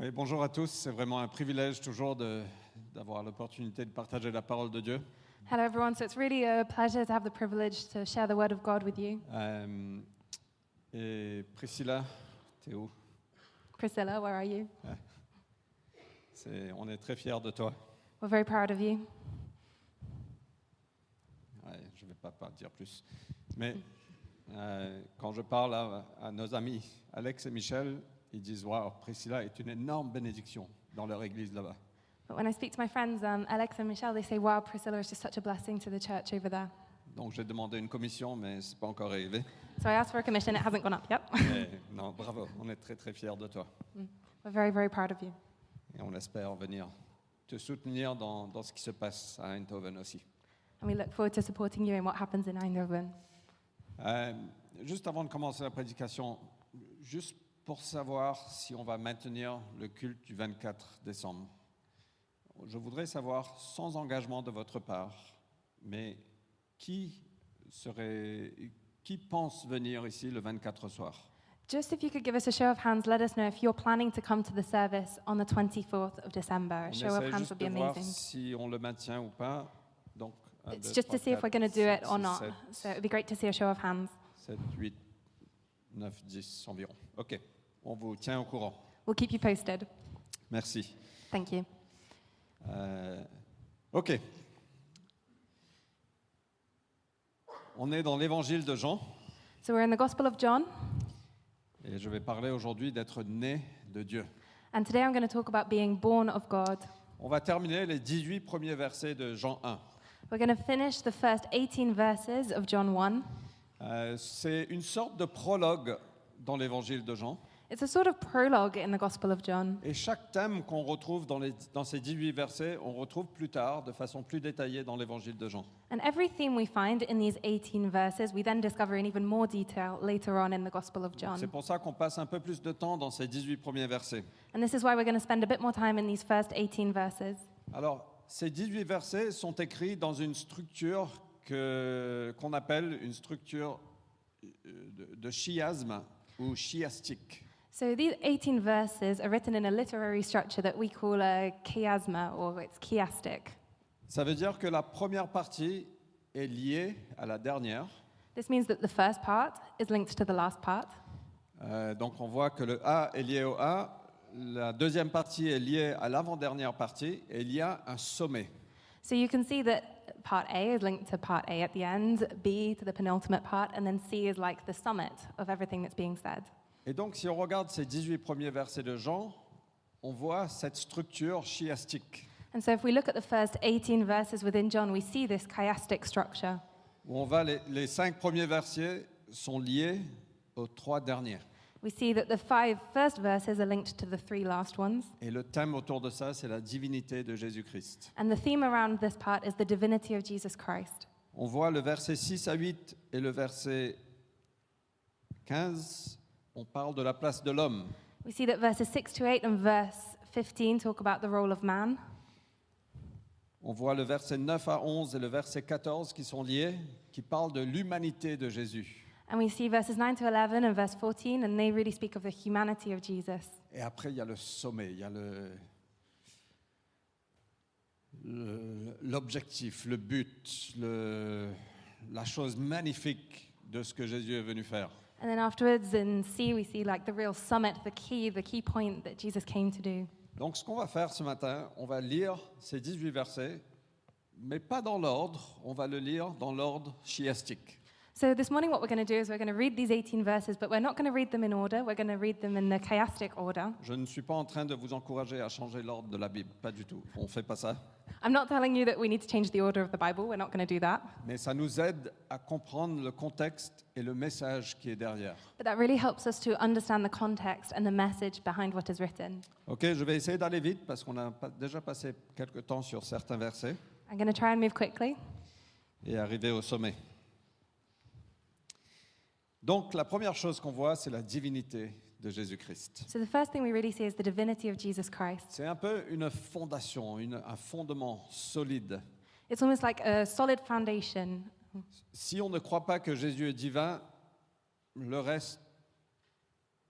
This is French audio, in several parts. Oui, bonjour à tous. C'est vraiment un privilège toujours de- d'avoir l'opportunité de partager la parole de Dieu. Hello, everyone. So it's really a pleasure to have the privilege to share the Word of God with you. Euh, et Priscilla, Théo, Priscilla, where are you? c'est- on est très fiers de toi. We're very proud of you. Ouais, je ne vais pas, pas dire plus. Mais euh, quand je parle à, à nos amis Alex et Michel, ils disent Waouh, Priscilla est une énorme bénédiction dans leur église là-bas. But when I speak to my friends, um, Alex and Michelle, they say, wow, Priscilla is just such a blessing to the church over there. Donc j'ai demandé une commission, mais ce n'est pas encore arrivé. So I asked for a commission. It hasn't gone up yet. Mais non, bravo, on est très très fiers de toi. We're very, very proud of you. Et on espère venir te soutenir dans, dans ce qui se passe à Eindhoven aussi. And we look forward to supporting you in what happens in Eindhoven. Euh, juste avant de commencer la prédication, juste pour savoir si on va maintenir le culte du 24 décembre, je voudrais savoir, sans engagement de votre part, mais qui, serait, qui pense venir ici le 24 au soir Just if you could give us a show of hands, let us know if you're planning to come to the service on the 24th of December. On A Ah, show of essaie hands juste would be de voir amazing. si on le maintient ou pas. Donc, un, It's deux, just to trois, see if we're quatre, going to do it cinq, or six, not. sept, So it would be great to see a show of hands. 7, 8, 9, 10 environ. OK, on vous tient au courant. We'll keep you posted. Merci. Thank you. Euh, OK. On est dans l'évangile de Jean So we're in the Gospel of John, et je vais parler aujourd'hui d'être né de Dieu. and today I'm going to talk about being born of God. On va terminer les 18 premiers versets de Jean 1. We're going to finish the first 18 verses of John 1. Euh, C'est une sorte de prologue dans l'évangile de Jean It's a sort of prologue in the Gospel of John. et chaque thème qu'on retrouve dans, les- dans ces 18 versets, on retrouve plus tard de façon plus détaillée dans l'évangile de Jean. And every theme we find in these 18 verses, we then discover in even more detail later on in the Gospel of C'est John. pour ça qu'on passe un peu plus de temps dans ces 18 premiers versets. And this is why we're going to spend a bit more time in these first 18 verses. Alors, ces 18 versets sont écrits dans une structure que- qu'on appelle une structure euh, de, de chiasme ou chiastique. So these 18 verses are written in a literary structure that we call a chiasma, or it's chiastic. Ça veut dire que la première partie est liée à la dernière. This means that the first part is linked to the last part. Euh, donc, on voit que le A est lié au A, la deuxième partie est liée à l'avant-dernière partie, et il y a un sommet. So you can see that part A is linked to part A at the end, B to the penultimate part, and then C is like the summit of everything that's being said. Et donc, si on regarde ces 18 premiers versets de Jean, on voit cette structure chiastique. And so if we look at the first 18 verses within John, we see this chiastic structure. où on va, les, les cinq premiers versets sont liés aux trois derniers. We see that the five first verses are linked to the three last ones. Et le thème autour de ça, c'est la divinité de Jésus-Christ. And the theme around this part is the divinity of Jesus Christ. On voit le verset 6 à 8 et le verset 15, on parle de la place de l'homme. We see that verses 6 to 8 and verse 15 talk about the role of man. On voit le verset 9 à 11 et le verset 14 qui sont liés, qui parlent de l'humanité de Jésus. And we see verses 9 to 11 and verse 14, and they really speak of the humanity of Jesus. Et après, il y a le sommet, il y a le- le- l'objectif, le, but, le- la chose magnifique de ce que Jésus est venu faire. And then afterwards in C, we see like the real summit, the key, the key point that Jesus came to do. Donc, ce qu'on va faire ce matin, on va lire ces 18 versets, mais pas dans l'ordre, on va le lire dans l'ordre chiastique. So this morning, what we're going to do is we're going to read these 18 verses, but we're not going to read them in order. We're going to read them in the chiastic order. Je ne suis pas en train de vous encourager à changer l'ordre de la Bible, pas du tout, on ne fait pas ça. I'm not telling you that we need to change the order of the Bible. We're not going to do that. Mais ça nous aide à comprendre le contexte et le message qui est derrière. But that really helps us to understand the context and the message behind what is written. Ok, je vais essayer d'aller vite parce qu'on a pas- déjà passé quelques temps sur certains versets I'm going to try and move quickly. et arriver au sommet. Donc la première chose qu'on voit, c'est la divinité de Jésus-Christ. So the first thing we really see is the divinity of Jesus Christ. C'est un peu une fondation, une- un fondement solide. It's almost like a solid foundation. Si on ne croit pas que Jésus est divin, le reste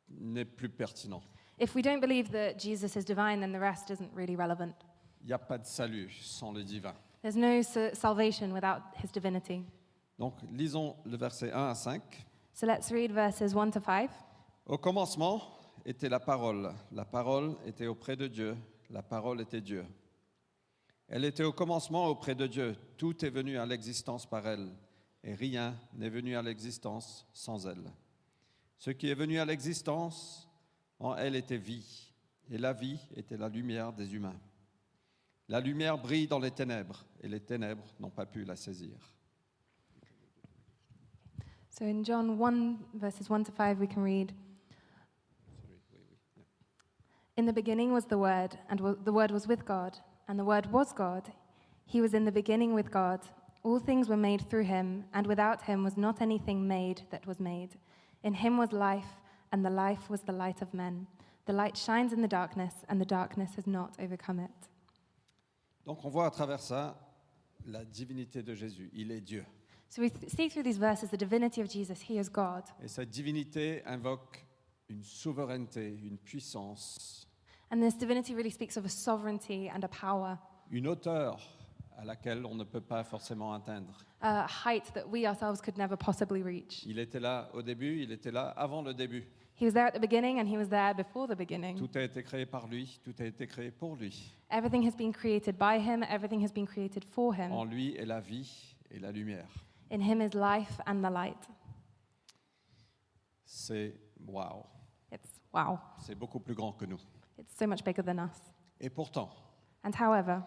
n'est plus pertinent. If we don't believe that Jesus is divine, then the rest isn't really relevant. Il n'y a pas de salut sans le divin. There's no sa- salvation without his divinity. Donc, lisons le verset 1 à 5. So let's read verses 1 to 5. Au commencement était la parole. La parole était auprès de Dieu. La parole était Dieu. Elle était au commencement auprès de Dieu. Tout est venu à l'existence par elle. Et rien n'est venu à l'existence sans elle. Ce qui est venu à l'existence, en elle était vie. Et la vie était la lumière des humains. La lumière brille dans les ténèbres, et les ténèbres n'ont pas pu la saisir. So in John 1, verses 1 to 5, we can read In the beginning was the Word, and wa- the Word was with God, and the Word was God. He was in the beginning with God. All things were made through him, and without him was not anything made that was made. In him was life, and the life was the light of men. The light shines in the darkness, and the darkness has not overcome it. Donc on voit à travers ça la divinité de Jésus. Il est Dieu. So we th- see through these verses the divinity of Jesus. He is God. Et cette divinité invoque une souveraineté, une puissance, And this divinity really speaks of a sovereignty and a power, une hauteur à laquelle on ne peut pas forcément atteindre. a height that we ourselves could never possibly reach. Il était là au début, il était là avant le début. He was there at the beginning, and he was there before the beginning. Tout a été créé par lui, tout a été créé pour lui. Everything has been created by him, everything has been created for him. En lui est la vie et la lumière. In him is life and the light. C'est waouh, It's wow. c'est beaucoup plus grand que nous. It's so much bigger than us. Et pourtant, And however,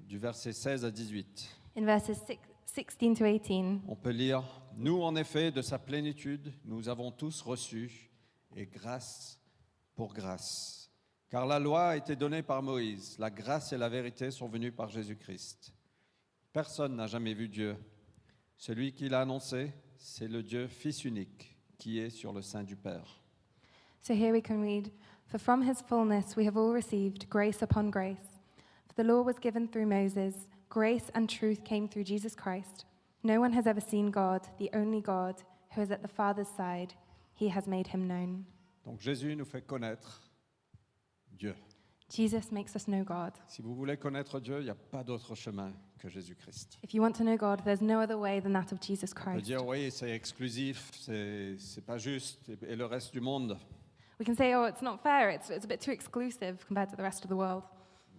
du verset 16 à 18, in verses six, 16 to 18, On peut lire Nous, en effet, de sa plénitude, nous avons tous reçu, et grâce pour grâce. Car la loi a été donnée par Moïse, la grâce et la vérité sont venues par Jésus-Christ. Personne n'a jamais vu Dieu. Celui qui l'a annoncé, c'est le Dieu Fils unique, qui est sur le sein du Père. So here we can read For from his fullness we have all received grace upon grace. For the law was given through Moses, grace and truth came through Jesus Christ. No one has ever seen God, the only God, who is at the Father's side. He has made him known. Donc Jésus nous fait connaître Dieu. Jesus makes us know God. Si vous voulez connaître Dieu, il n'y a pas d'autre chemin que Jésus-Christ. If you want to know God, there's no other way than that of Jesus On peut Christ. dire, oui, c'est exclusif, c'est c'est pas juste, et- et le reste du monde. We can say, oh, it's not fair, it's, it's a bit too exclusive compared to the rest of the world,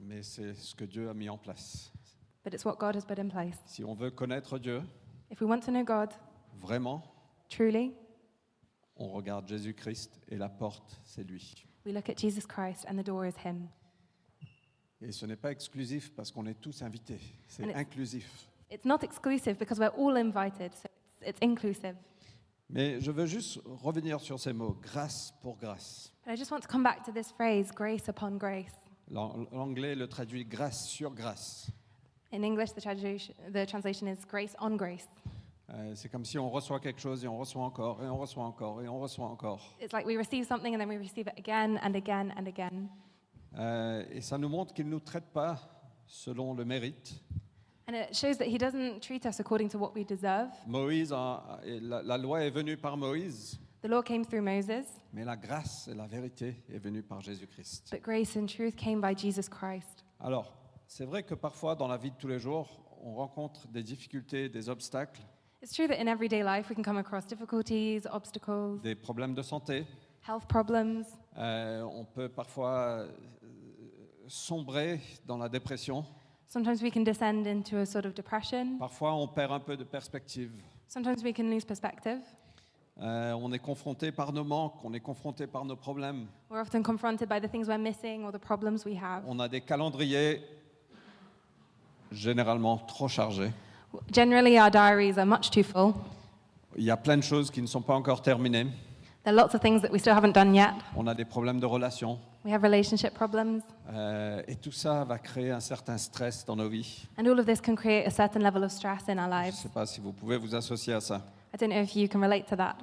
Mais c'est ce que Dieu a mis en place. but it's what God has put in place. Si on veut connaître Dieu, If we want to know God vraiment, truly, on regarde Jésus-Christ et la porte, c'est lui. we look at Jesus Christ and the door is Him. Et ce n'est pas exclusif parce qu'on est tous invités. And C'est it's- inclusif. It's not exclusive because we're all invited, so it's, it's inclusive. Mais je veux juste revenir sur ces mots, grâce pour grâce. But I just want to come back to this phrase, grace upon grace. L'an- L'anglais le traduit grâce sur grâce. In English, the, translation the translation is grace on grace. Euh, c'est comme si on reçoit quelque chose et on reçoit encore, et on reçoit encore, et on reçoit encore. It's like we receive something and then we receive it again and again and again. Euh, et ça nous montre qu'il ne nous traite pas selon le mérite, And it shows that He doesn't treat us according to what we deserve. Moïse, a- et la, la loi est venue par Moïse, The law came through Moses, mais la grâce et la vérité est venue par Jésus-Christ. but grace and truth came by Jesus Christ. Alors, c'est vrai que parfois dans la vie de tous les jours, on rencontre des difficultés, des obstacles, It's true that in everyday life we can come across difficulties, obstacles, des problèmes de santé. health problems. Euh, on peut parfois euh, sombrer dans la dépression. Sometimes we can descend into a sort of depression. Parfois, on perd un peu de perspective. Sometimes we can lose perspective. Euh, on est confronté par nos manques, on est confronté par nos problèmes. We're often confronted by the things we're missing or the problems we have. On a des calendriers généralement trop chargés. Generally, our diaries are much too full. Il y a plein de choses qui ne sont pas encore terminées. There are lots of things that we still haven't done yet. On a des problèmes de relations. We have relationship problems, Euh, et tout ça va créer un certain stress dans nos vies. and all of this can create a certain level of stress in our Je ne lives. sais pas si vous pouvez vous associer à ça. I don't know if you can relate to that.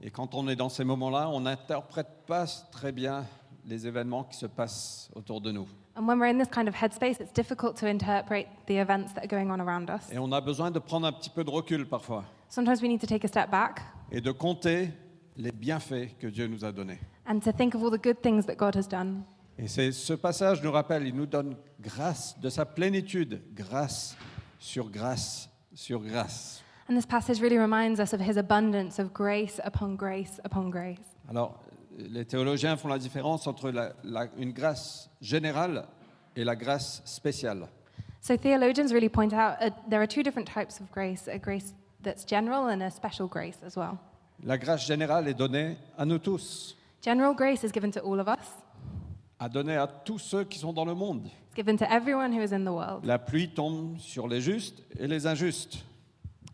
Et quand on est dans ces moments-là, on n'interprète pas très bien les événements qui se passent autour de nous. And when we're in this kind of headspace, it's difficult to interpret the events that are going on around us. Et on a besoin de prendre un petit peu de recul parfois Sometimes we need to take a step back et de compter les bienfaits que Dieu nous a donnés. and to think of all the good things that God has done. Et c'est ce passage nous rappelle, il nous donne grâce de sa plénitude, grâce sur grâce sur grâce. And this passage really reminds us of his abundance of grace upon grace upon grace. Alors, les théologiens font la différence entre la- la- une grâce générale et la grâce spéciale. So theologians really point out uh, there are two different types of grace a grace that's general and a special grace as well. La grâce générale est donnée à nous tous, General grace is given to all of us, à donner à tous ceux qui sont dans le monde. it's given to everyone who is in the world. La pluie tombe sur les justes et les injustes.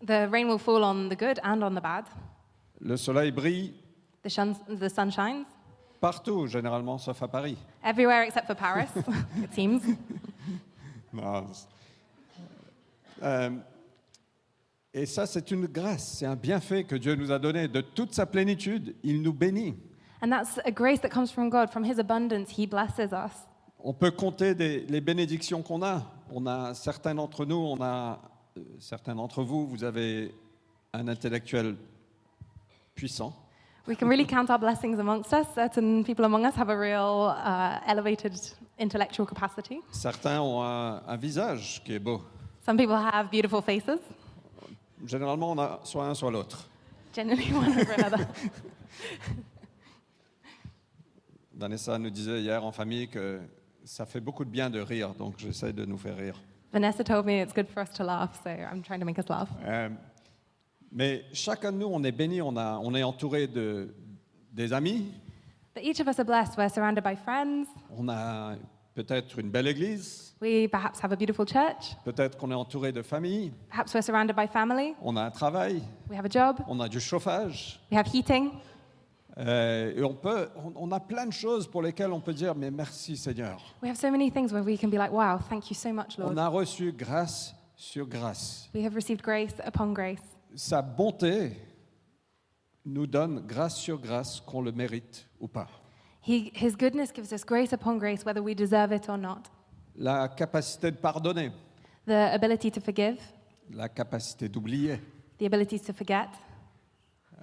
The rain will fall on the good and on the bad. Le soleil brille The, shun, the sun shines partout, généralement, sauf à Paris. everywhere except for Paris, it seems. Non. Euh, et ça, c'est une grâce, c'est un bienfait que Dieu nous a donné. De toute sa plénitude, il nous bénit. And that's a grace that comes from God. From his abundance, he blesses us. On peut compter des- les bénédictions qu'on a. On a certains d'entre nous, on a euh, certains d'entre vous, vous avez un intellectuel puissant. We can really count our blessings amongst us. Certain people among us have a real uh, elevated intellectual capacity. Certains ont un, un visage qui est beau. Some people have beautiful faces, Généralement, on a soit un, soit l'autre. generally one over another. Vanessa nous disait hier en famille que ça fait beaucoup de bien de rire, donc j'essaie de nous faire rire. Vanessa told me it's good for us to laugh, so I'm trying to make us laugh. Euh, mais chacun de nous, on est béni, on, a, on est entouré de, des amis, But each of us are blessed. We're surrounded by friends. on a peut-être une belle église, We perhaps have a beautiful church. peut-être qu'on est entouré de famille, Perhaps we're surrounded by family. on a un travail, We have a job. on a du chauffage. We have heating. Euh, et on, peut, on, on a plein de choses pour lesquelles on peut dire, mais merci Seigneur. We have so many things where we can be like, wow, thank you so much, On Lord. a reçu grâce sur grâce. We have received grace upon grace. Sa bonté nous donne grâce sur grâce, qu'on le mérite ou pas. He, his goodness gives us grace upon grace, whether we deserve it or not. La capacité de pardonner, The ability to forgive, la capacité d'oublier. the ability to forget,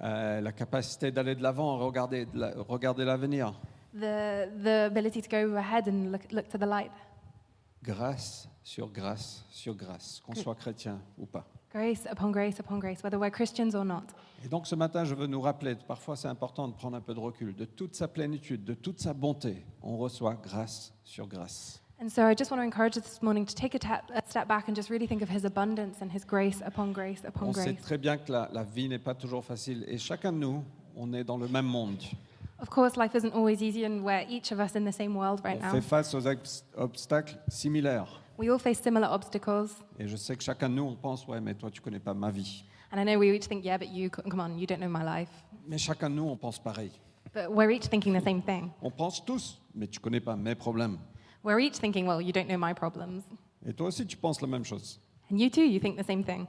Euh, la capacité d'aller de l'avant, regarder, de la- regarder l'avenir. the, the ability to go ahead and look, look to the light. Grâce sur grâce sur grâce, qu'on soit chrétien ou pas. Grace upon grace upon grace, whether we're Christians or not. Et donc ce matin, je veux nous rappeler, parfois c'est important de prendre un peu de recul, de toute sa plénitude, de toute sa bonté, on reçoit grâce sur grâce. And so I just want to encourage us this morning to take a, tap, a step back and just really think of his abundance and his grace upon grace upon On sait grace. très bien que la, la vie n'est pas toujours facile et chacun de nous, on est dans le même monde. Of course, life isn't always easy, and we're each of us in the same world right On now. fait face aux obs- obstacles similaires. We all face similar obstacles. Et je sais que chacun de nous, on pense, ouais, mais toi, tu connais pas ma vie. And I know we each think, yeah, but you, c- come on, you don't know my life. Mais chacun de nous, on pense pareil. But we're each thinking the same thing. On pense tous, mais tu connais pas mes problèmes. We're each thinking, well, you don't know my problems. Et toi aussi, tu penses la même chose. And you too, you think the same thing.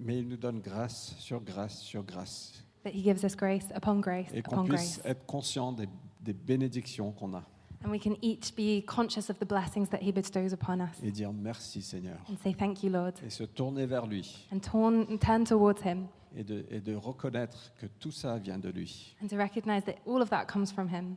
Mais il nous donne grâce sur grâce sur grâce. But he gives us grace upon grace Et qu'on upon puisse grace. être conscient des, des bénédictions qu'on a. And we can each be conscious of the blessings that he bestows upon us Et dire merci Seigneur. and say, thank you, Lord, Et se tourner vers lui. and torn, turn towards him Et de, et de reconnaître que tout ça vient de lui. and to recognize that all of that comes from him.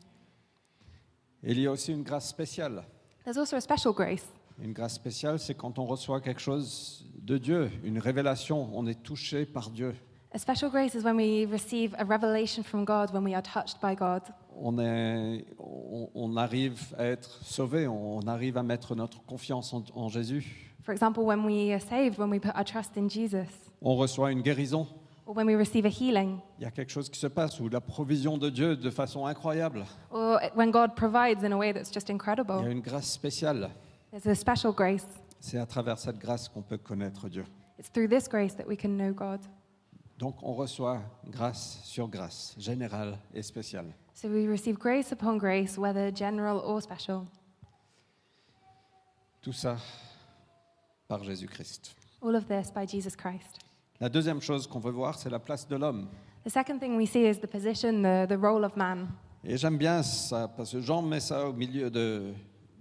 Et il y a aussi une grâce spéciale. There's also a special grace. Une grâce spéciale, c'est quand on reçoit quelque chose de Dieu, une révélation. On est touché par Dieu. A special grace is when we receive a revelation from God, when we are touched by God. On, est, on, on arrive à être sauvé. On, arrive à mettre notre confiance en- en Jésus. For example, when we are saved, when we put our trust in Jesus, On reçoit une guérison. or when we receive a healing, Il y a quelque chose qui se passe ou la provision de Dieu de façon incroyable. or when God provides in a way that's just Il y a incredible. une grâce spéciale. There's a special grace. C'est à travers cette grâce qu'on peut connaître Dieu. It's through this grace that we can know God. Donc on reçoit grâce sur grâce, générale et spéciale. So we receive grace upon grace, whether general or special, Tout ça par Jésus-Christ. all of this by Jesus Christ. La deuxième chose qu'on veut voir, c'est la place de l'homme. The second thing we see is the position, the, the role of man. Et j'aime bien ça, parce que Jean met ça au milieu de,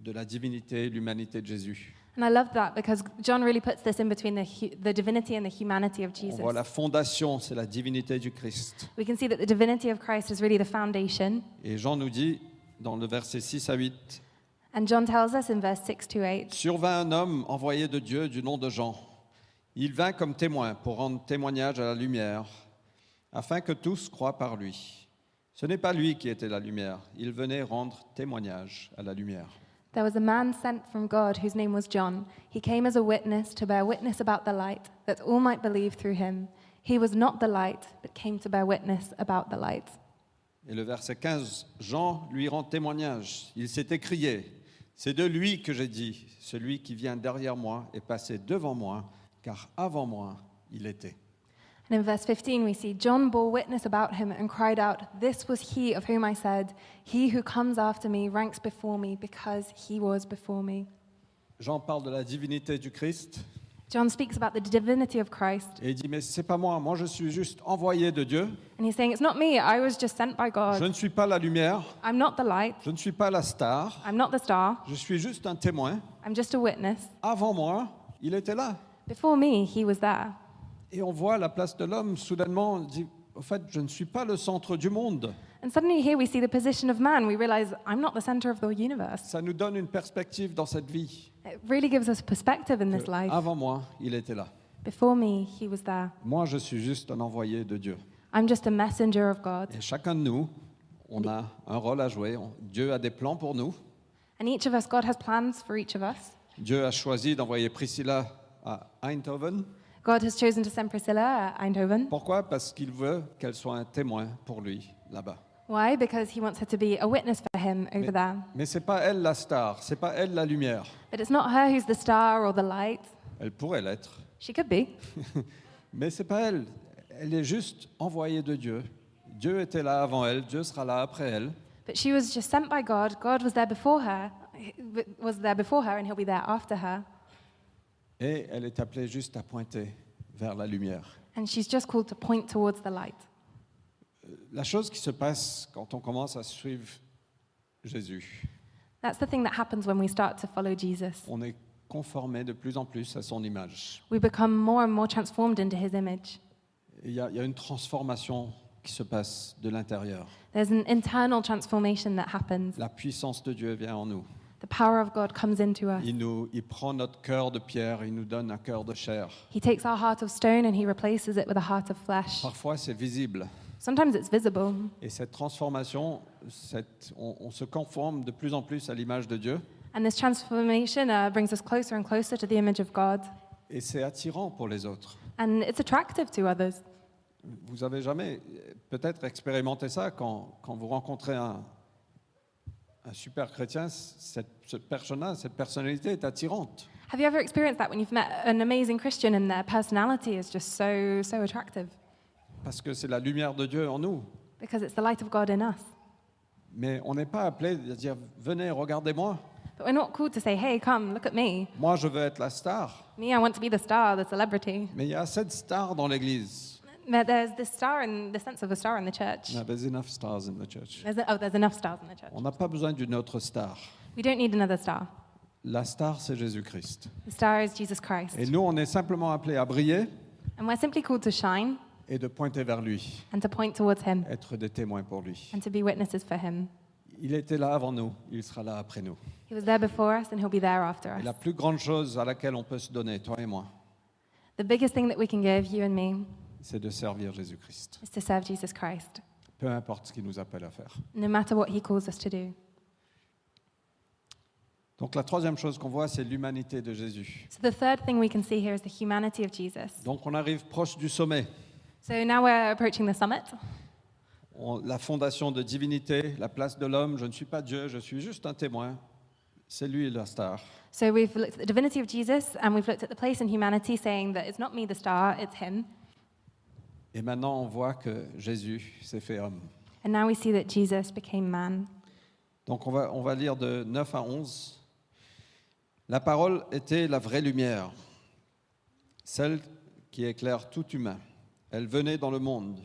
de la divinité, l'humanité de Jésus. And I love that because John really puts this in between the, hu- the divinity and the humanity of On Jesus. voit la fondation, c'est la divinité du Christ. We can see that the divinity of Christ is really the foundation. Et Jean nous dit dans le verset 6 à 8, And John tells us in verse 6 to 8 Survint un homme envoyé de Dieu du nom de Jean. Il vint comme témoin pour rendre témoignage à la lumière, afin que tous croient par lui. Ce n'est pas lui qui était la lumière, il venait rendre témoignage à la lumière. There was a man sent from God whose name was John. He came as a witness to bear witness about the light, that all might believe through him. He was not the light, but came to bear witness about the light. Et le verset 15, Jean lui rend témoignage. Il s'est écrié, c'est de lui que j'ai dit, celui qui vient derrière moi est passé devant moi, car avant moi il était. And in verse 15, we see John bore witness about him and cried out, This was he of whom I said, He who comes after me ranks before me because he was before me. Jean parle de la divinité du Christ John speaks about the divinity of Christ, et il dit, mais c'est pas moi, moi je suis juste envoyé de Dieu. and he's saying, It's not me, I was just sent by Je God. ne suis pas la lumière, I'm not the light, je ne suis pas la star, I'm not the star, je suis juste un témoin. I'm just a witness. Avant moi, il était là. Before me, he was there. Et on voit la place de l'homme soudainement dit, au fait, je ne suis pas le centre du monde. And suddenly here we see the position of man. We realize I'm not the center of the universe. Ça nous donne une perspective dans cette vie. It really gives us perspective in this que life. Avant moi, il était là. Before me, he was there. Moi, je suis juste un envoyé de Dieu. I'm just a messenger of God. Et chacun de nous, on a un rôle à jouer. On- Dieu a des plans pour nous. And each of us, God has plans for each of us. Dieu a choisi d'envoyer Priscilla à Eindhoven. God has chosen to send Priscilla at Eindhoven. Pourquoi Parce qu'il veut qu'elle soit un témoin pour lui là-bas. Why? Because he wants her to be a witness for him over there. Mais c'est pas elle la star, c'est pas elle la lumière. But it's not her who's the star or the light. Elle pourrait l'être, She could be. mais c'est pas elle. Elle est juste envoyée de Dieu. Dieu était là avant elle, Dieu sera là après elle. But she was just sent by God. God was there before her, was there before her, and he'll be there after her. Et elle est appelée juste à pointer vers la lumière. And she's just called to point towards the light. La chose qui se passe quand on commence à suivre Jésus, That's the thing that happens when we start to follow Jesus. on est conformé de plus en plus à son image. We become more and more transformed into his image. Et Il y, a- il y a une transformation qui se passe de l'intérieur. There's an internal transformation that happens. La puissance de Dieu vient en nous. The power of God comes into us. Il, nous. il prend notre cœur de pierre, il nous donne un cœur de chair. He takes our heart of stone and he replaces it with a heart of flesh. Parfois, c'est visible. Sometimes it's visible. Et cette transformation, cette- on, on se conforme de plus en plus à l'image de Dieu. And this transformation uh, brings us closer and closer to the image of God. Et c'est attirant pour les autres. And it's attractive to others. Vous avez jamais euh, peut-être expérimenté ça quand, quand vous rencontrez un, un super chrétien, c- cette, ce personnage, cette personnalité est attirante. Have you ever experienced that when you've met an amazing Christian and their personality is just so, so attractive? Parce que c'est la lumière de Dieu en nous. Because it's the light of God in us. Mais on n'est pas appelé à dire venez, regardez-moi. But we're not called to say, hey, come, look at me. Moi, je veux être la star. Me, I want to be the star, the celebrity. Mais il y a assez de stars dans l'église. But There's this star in the sense of a star in the church. No, there's enough stars in the church. There's oh, there's enough stars in the church. On n'a pas besoin d'une autre star. We don't need another star. La star, c'est Jésus-Christ. The star is Jesus Christ. Et nous, on est simplement appelés à briller And we're simply called to shine et de pointer vers lui, and to point towards him être des témoins pour lui. and to be witnesses for him. Il était là avant nous, il sera là après nous. He was there before us and he'll be there after Et us. la plus grande chose à laquelle on peut se donner, toi et moi, The biggest thing that we can give, you and me, c'est de servir Jésus-Christ, is to serve Jesus Christ, peu importe ce qu'il nous appelle à faire. no matter what he calls us to do. Donc la troisième chose qu'on voit, c'est l'humanité de Jésus. So the third thing we can see here is the humanity of Jesus. Donc on arrive proche du sommet, So now we're approaching the summit. On- la fondation de divinité, la place de l'homme, je ne suis pas Dieu, je suis juste un témoin. C'est lui la star. So we've looked at the divinity of Jesus and we've looked at the place in humanity saying that it's not me, the star, it's him. Et maintenant on voit que Jésus s'est fait homme. And now we see that Jesus became man. Donc on va, on va lire de 9 à 11. La parole était la vraie lumière, celle qui éclaire tout humain. Elle venait dans le monde.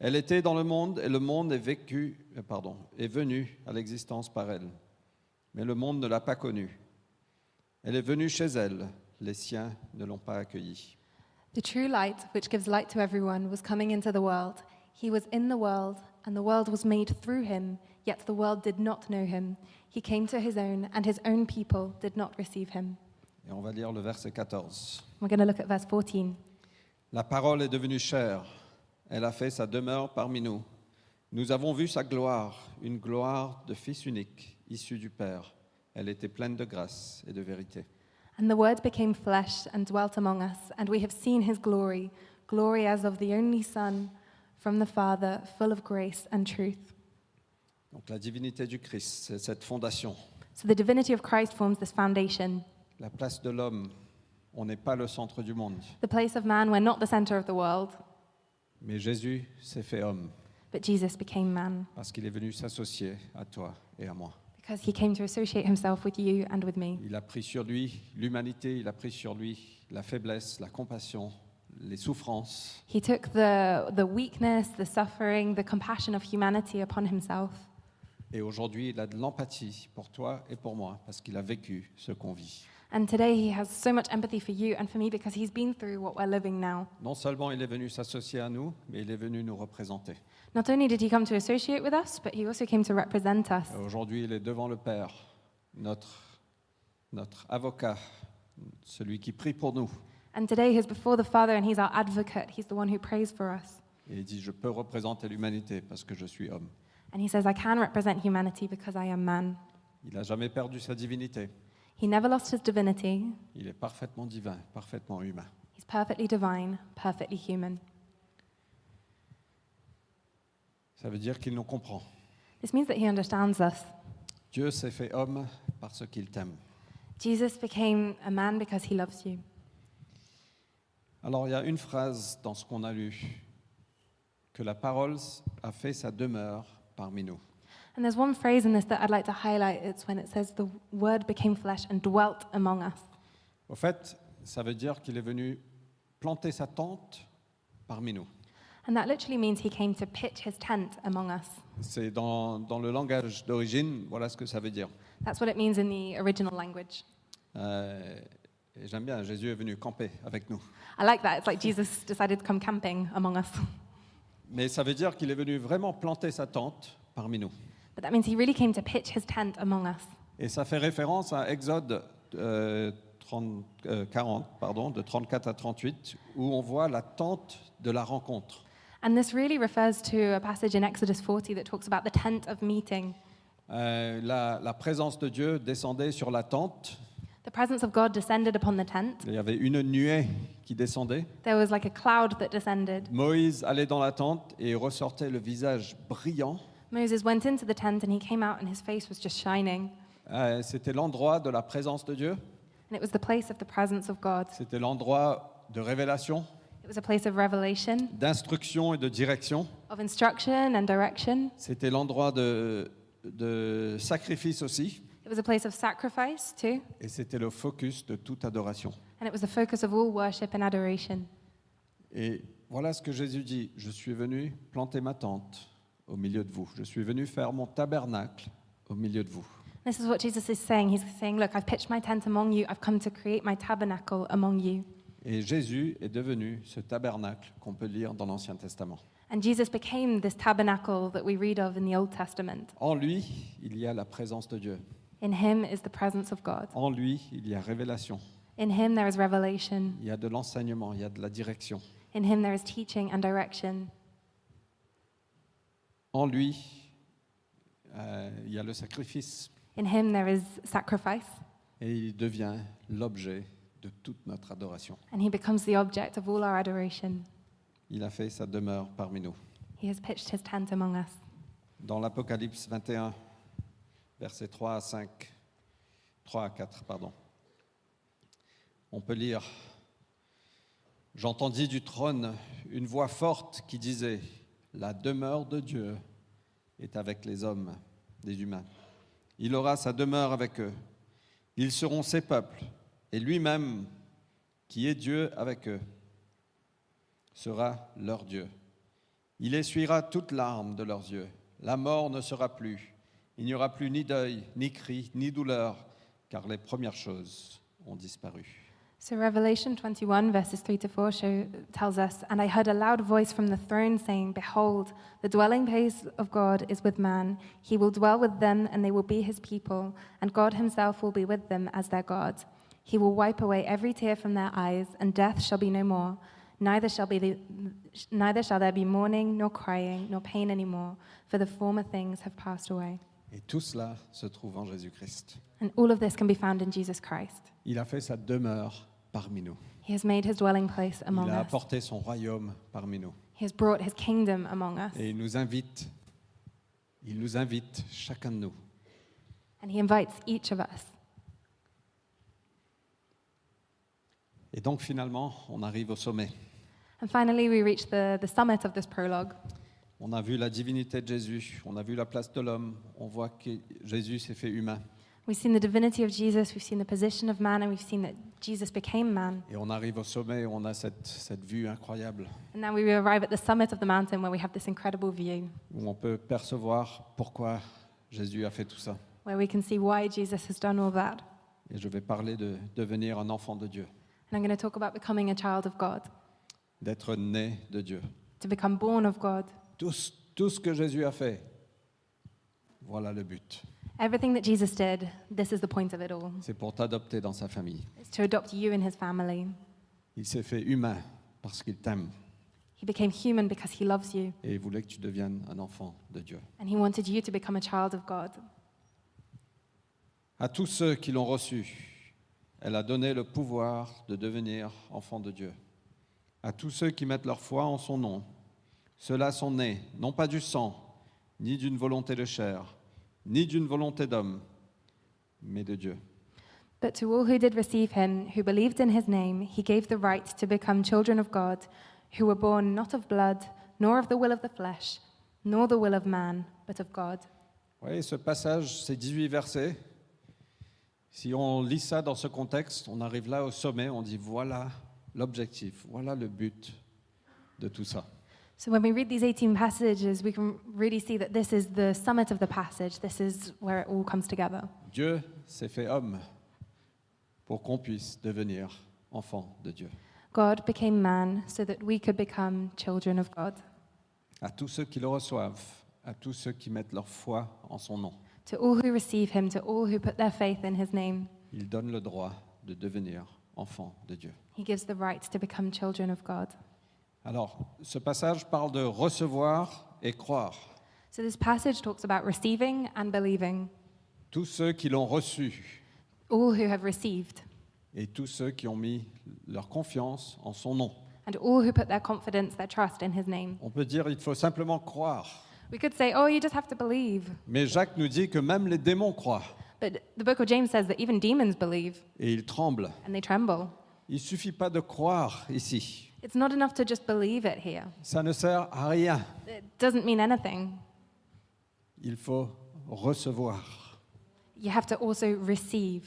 Elle était dans le monde et le monde est vécu, euh, pardon, est venu à l'existence par elle. Mais le monde ne l'a pas connue. Elle est venue chez elle, les siens ne l'ont pas accueillie. The true light, which gives light to everyone, was coming into the world. He was in the world, and the world was made through him, yet the world did not know him. He came to his own, and his own people did not receive him. Et on va lire le verset 14. We're going to look at verse 14. La parole est devenue chère. Elle a fait sa demeure parmi nous. Nous avons vu sa gloire, une gloire de Fils unique, issu du Père. Elle était pleine de grâce et de vérité. And the Word became flesh and dwelt among us, and we have seen his glory, glory as of the only Son from the Father, full of grace and truth. Donc la divinité du Christ, c'est cette fondation. So the divinity of Christ forms this foundation. La place de l'homme, on n'est pas le centre du monde, The place of man, we're not the center of the world, mais Jésus s'est fait homme but Jesus became man parce qu'il est venu s'associer à toi et à moi. because he came to associate himself with you and with me. Il a pris sur lui l'humanité, il a pris sur lui la faiblesse, la compassion, les souffrances. He took the, the weakness, the suffering, the compassion of humanity upon himself. Et aujourd'hui, il a de l'empathie pour toi et pour moi parce qu'il a vécu ce qu'on vit. And today he has so much empathy for you and for me because he's been through what we're living now. Non seulement il est venu s'associer à nous, mais il est venu nous représenter. Not only did he come to associate with us, but he also came to represent us. Et Aujourd'hui, il est devant le Père, notre, notre avocat, celui qui prie pour nous. And today he's before the Father and he's our advocate. He's the one who prays for us. Et il dit, je peux représenter l'humanité parce que je suis homme. And he says, I can represent humanity because I am man. Il n'a jamais perdu sa divinité. He never lost his divinity. Il est parfaitement divin, parfaitement humain. He's perfectly divine, perfectly human. Ça veut dire qu'il nous comprend. This means that he understands us. Dieu s'est fait homme parce qu'il t'aime. Jesus became a man because he loves you. Alors il y a une phrase dans ce qu'on a lu, que la parole a fait sa demeure parmi nous. And there's one phrase in this that I'd like to highlight. It's when it says, The word became flesh and dwelt among us. Au fait, ça veut dire qu'il est venu planter sa tente parmi nous. And that literally means he came to pitch his tent among us. C'est dans, dans le langage d'origine, voilà ce que ça veut dire. That's what it means in the original language. Euh, et J'aime bien, Jésus est venu camper avec nous. I like that. It's like Jesus decided to come camping among us. Mais ça veut dire qu'il est venu vraiment planter sa tente parmi nous. But that means he really came to pitch his tent among us. Et ça fait référence à Exode euh, 30, euh, 40, pardon, de 34 à 38, où on voit la tente de la rencontre. And this really refers to a passage in Exodus 40 that talks about the tent of meeting. Euh, la, la présence de Dieu descendait sur la tente. The presence of God descended upon the tent. Il y avait une nuée qui descendait. There was like a cloud that descended. Moïse allait dans la tente et ressortait le visage brillant. Moses went into the tent and he came out and his face was just shining. Euh, C'était l'endroit de la présence de Dieu. And it was the place of the presence of God. C'était l'endroit de révélation, It was a place of revelation, d'instruction et de direction. of instruction and direction. C'était l'endroit de, de sacrifice aussi. It was a place of sacrifice too. Et c'était le focus de toute adoration. And it was the focus of all worship and adoration. Et voilà ce que Jésus dit. Je suis venu planter ma tente au milieu de vous. Je suis venu faire mon tabernacle au milieu de vous. This is what Jesus is saying. He's saying, Look, I've pitched my tent among you. I've come to create my tabernacle among you. Et Jésus est devenu ce tabernacle qu'on peut lire dans l'Ancien Testament. And Jesus became this tabernacle that we read of in the Old Testament. En lui, il y a la présence de Dieu. In him is the presence of God. En lui, il y a révélation. In him there is revelation. Il y a de l'enseignement, il y a de la direction. In him there is teaching and direction. En lui, euh, il y a le sacrifice. In him there is sacrifice. Et il devient l'objet de toute notre adoration. And he becomes the object of all our adoration. Il a fait sa demeure parmi nous. He has pitched his tent among us. Dans l'Apocalypse 21, versets 3 à 5, 3 à 4, pardon, on peut lire J'entendis du trône une voix forte qui disait La demeure de Dieu est avec les hommes, les humains. Il aura sa demeure avec eux. Ils seront ses peuples, et lui-même, qui est Dieu avec eux, sera leur Dieu. Il essuiera toute larme de leurs yeux. La mort ne sera plus. Il n'y aura plus ni deuil, ni cri, ni douleur, car les premières choses ont disparu. So Revelation 21 verses 3 to 4 show, tells us, and I heard a loud voice from the throne saying, behold, the dwelling place of God is with man. He will dwell with them and they will be his people, and God himself will be with them as their God. He will wipe away every tear from their eyes, and death shall be no more. Neither shall be the, neither shall there be mourning nor crying nor pain anymore, for the former things have passed away. Et tout cela se trouve en Jésus-Christ. And all of this can be found in Jesus Christ. Il a fait sa demeure parmi nous. He has made his dwelling place among Il a us. apporté son royaume parmi nous. He has brought his kingdom among us, Et il nous invite, il nous invite, chacun de nous, and he invites each of us. Et donc finalement, on arrive au sommet. And finally, we reach the, the summit of this prologue. On a vu la divinité de Jésus, on a vu la place de l'homme, on voit que Jésus s'est fait humain. We've seen the divinity of Jesus, we've seen the position of man, and we've seen that Jesus became man. Et on arrive au sommet, on a cette, cette vue incroyable And now we arrive at the summit of the mountain where we have this incredible view, où on peut percevoir pourquoi Jésus a fait tout ça. where we can see why Jesus has done all that. Et je vais parler de devenir un enfant de Dieu, And I'm going to talk about becoming a child of God, d'être né de Dieu. to become born of God. Tout, ce- tout ce que Jésus a fait, voilà le but. Everything that Jesus did, this is the point of it all. C'est pour t'adopter dans sa famille. It's to adopt you in his family. Il s'est fait humain parce qu'il t'aime He became human because he loves you, et il voulait que tu deviennes un enfant de Dieu. and he wanted you to become a child of God. À tous ceux qui l'ont reçu, elle a donné le pouvoir de devenir enfants de Dieu. À tous ceux qui mettent leur foi en son nom, ceux-là sont nés, non pas du sang, ni d'une volonté de chair, ni d'une volonté d'homme, mais de Dieu. But to all who did receive him, who believed in his name, he gave the right to become children of God, who were born not of blood, nor of the will of the flesh, nor the will of man, but of God. Vous voyez, ce passage, c'est 18 versets. Si on lit ça dans ce contexte, on arrive là au sommet, on dit voilà l'objectif, voilà le but de tout ça. So when we read these 18 passages, we can really see that this is the summit of the passage. This is where it all comes together. Dieu s'est fait homme pour qu'on puisse devenir enfant de Dieu. God became man so that we could become children of God. À tous ceux qui le reçoivent, à tous ceux qui mettent leur foi en son nom, To all who receive him, to all who put their faith in his name, il donne le droit de devenir enfant de Dieu. he gives the right to become children of God. Alors, ce passage parle de recevoir et croire. So this passage talks about receiving and believing. Tous ceux qui l'ont reçu all who have received et tous ceux qui ont mis leur confiance en son nom. and all who put their confidence, their trust in his name. On peut dire il faut simplement croire. We could say, oh, you just have to believe. Mais Jacques nous dit que même les démons croient But the book of James says that even demons believe et ils tremblent. and they tremble. Il suffit pas de croire ici. It's not enough to just believe it here, Ça ne sert à rien. it doesn't mean anything. Il faut recevoir. You have to also receive.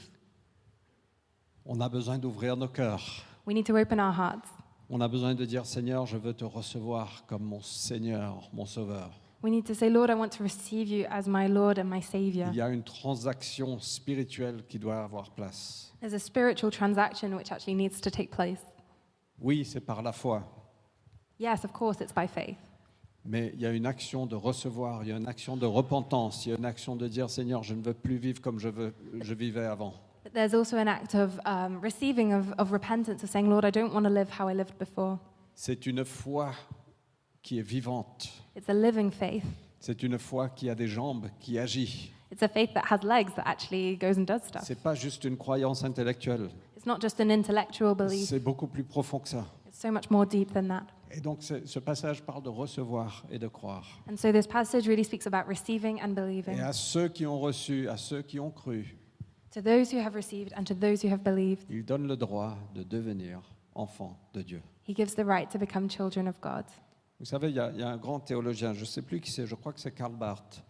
On a besoin d'ouvrir nos cœurs. We need to open our hearts. On a besoin de dire Seigneur, je veux te recevoir comme mon Seigneur, mon Sauveur. We need to say, Lord, I want to receive you as my Lord and my Savior. Il y a une transaction spirituelle qui doit avoir place. There's a spiritual transaction which actually needs to take place. Oui, c'est par la foi, Yes, of course, it's by faith. mais il y a une action de recevoir, il y a une action de repentance, il y a une action de dire Seigneur, je ne veux plus vivre comme je, veux, je vivais avant. But there's also an act of um, receiving, of, of repentance, of saying, Lord, I don't want to live how I lived before. C'est une foi qui est vivante. It's a living faith. C'est une foi qui a des jambes, qui agit. It's a faith that has legs that actually goes and does stuff. C'est pas juste une croyance intellectuelle. It's not just an intellectual belief, C'est beaucoup plus profond que ça. it's so much more deep than that. Et donc ce ce passage parle de recevoir et de croire. And so this passage really speaks about receiving and Et believing. à ceux qui ont reçu, à ceux qui ont cru, To those who have received and to those who have believed, il donne le droit de devenir enfants de Dieu. he gives the right to become children of God. Vous savez, il y a, il y a un grand théologien, je ne sais plus qui c'est, je crois que c'est Karl Barth,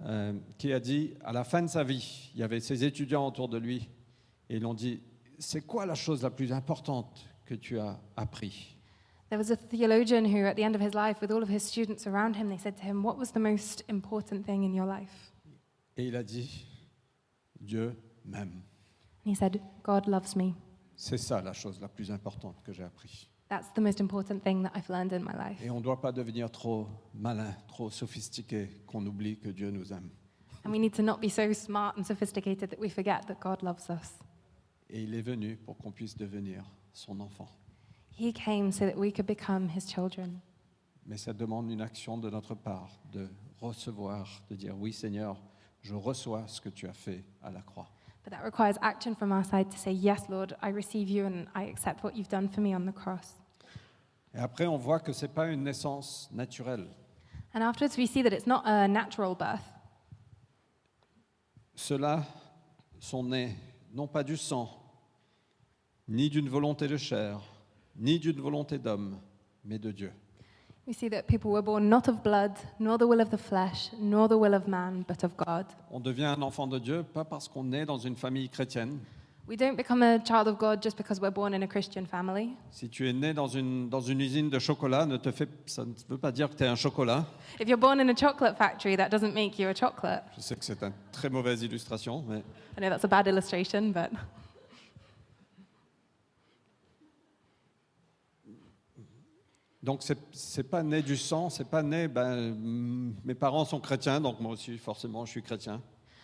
euh, qui a dit, à la fin de sa vie, il y avait ses étudiants autour de lui, et ils l'ont dit, c'est quoi la chose la plus importante que tu as appris There was a theologian who, at the end of his life, with all of his students around him, they said to him, What was the most important thing in your life? Et il a dit, Dieu m'aime. he said, God loves me. C'est ça la chose la plus importante que j'ai appris. That's the most important thing that I've learned in my life. Et on ne doit pas devenir trop malin, trop sophistiqué, qu'on oublie que Dieu nous aime. And we need to not be so smart and sophisticated that we forget that God loves us. Et il est venu pour qu'on puisse devenir son enfant. He came so that we could become his children. Mais ça demande une action de notre part, de recevoir, de dire oui Seigneur, je reçois ce que tu as fait à la croix. But that requires action from our side to say, Yes, Lord, I receive you and I accept what you've done for me on the cross. Et après, on voit que ce n'est pas une naissance naturelle. And afterwards, we see that it's not a natural birth. Ceux-là sont nés non pas du sang, ni d'une volonté de chair, ni d'une volonté d'homme, mais de Dieu. We see that people were born not of blood, nor the will of the flesh, nor the will of man, but of God. On devient un enfant de Dieu pas parce qu'on est dans une famille chrétienne. We don't become a child of God just because we're born in a Christian family. Si tu es né dans une, dans une usine de chocolat, ne te fais, ça ne veut pas dire que tu es un chocolat. If you're born in a chocolate factory, that doesn't make you a chocolate. Je sais que c'est une très mauvaise illustration, mais I know that's a bad illustration, but Donc c'est- c'est pas né du sang, c'est pas né. Ben, mm, mes parents sont chrétiens, donc moi aussi forcément je suis chrétien.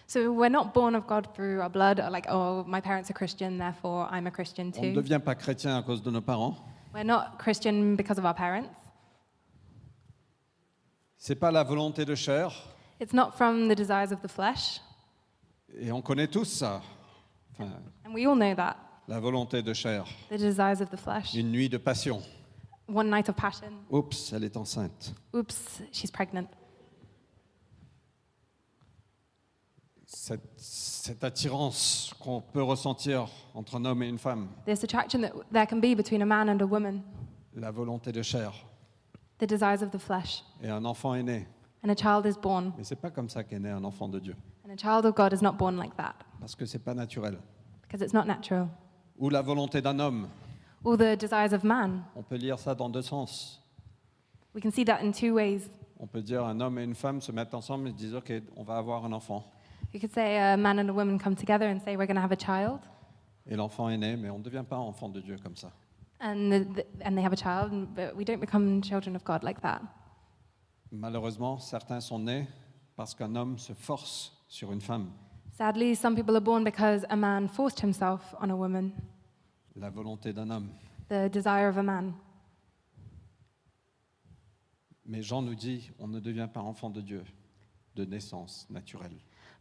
so we're not born of God through our blood, or like, oh, my parents are Christian, therefore I'm a Christian On ne too. devient pas chrétien à cause de nos parents. We're not Christian because of our parents. C'est pas la volonté de chair, It's not from the desires of the flesh, et on connaît tous ça. Enfin, and we all know that la volonté de chair, the desires of the flesh. une nuit de passion. One night of passion. Oups, elle est enceinte. Oops, she's pregnant. Cette, cette attirance qu'on peut ressentir entre un homme et une femme, This attraction that there can be between a man and a woman, la volonté de chair. the desires of the flesh. Et un enfant est né, And a child is born, mais c'est pas comme ça qu'est né un enfant de Dieu, and a child of God is not born like that parce que c'est pas naturel. because it's not natural. Ou la volonté d'un homme. All the desires of man, On peut lire ça dans deux sens. we can see that in two ways. On peut dire un homme et une femme se mettent ensemble et se disent OK, on va avoir un enfant. You could say a man and a woman come together and say, We're going to have a child, Et l'enfant est né, mais on ne devient pas enfant de Dieu comme ça. and, the, the, and they have a child, and- but we don't become children of God like that. Malheureusement, certains sont nés parce qu'un homme se force sur une femme. Sadly, some people are born because a man forced himself on a woman, La volonté d'un homme. the desire of a man. Mais Jean nous dit, on ne devient pas enfant de Dieu de naissance naturelle.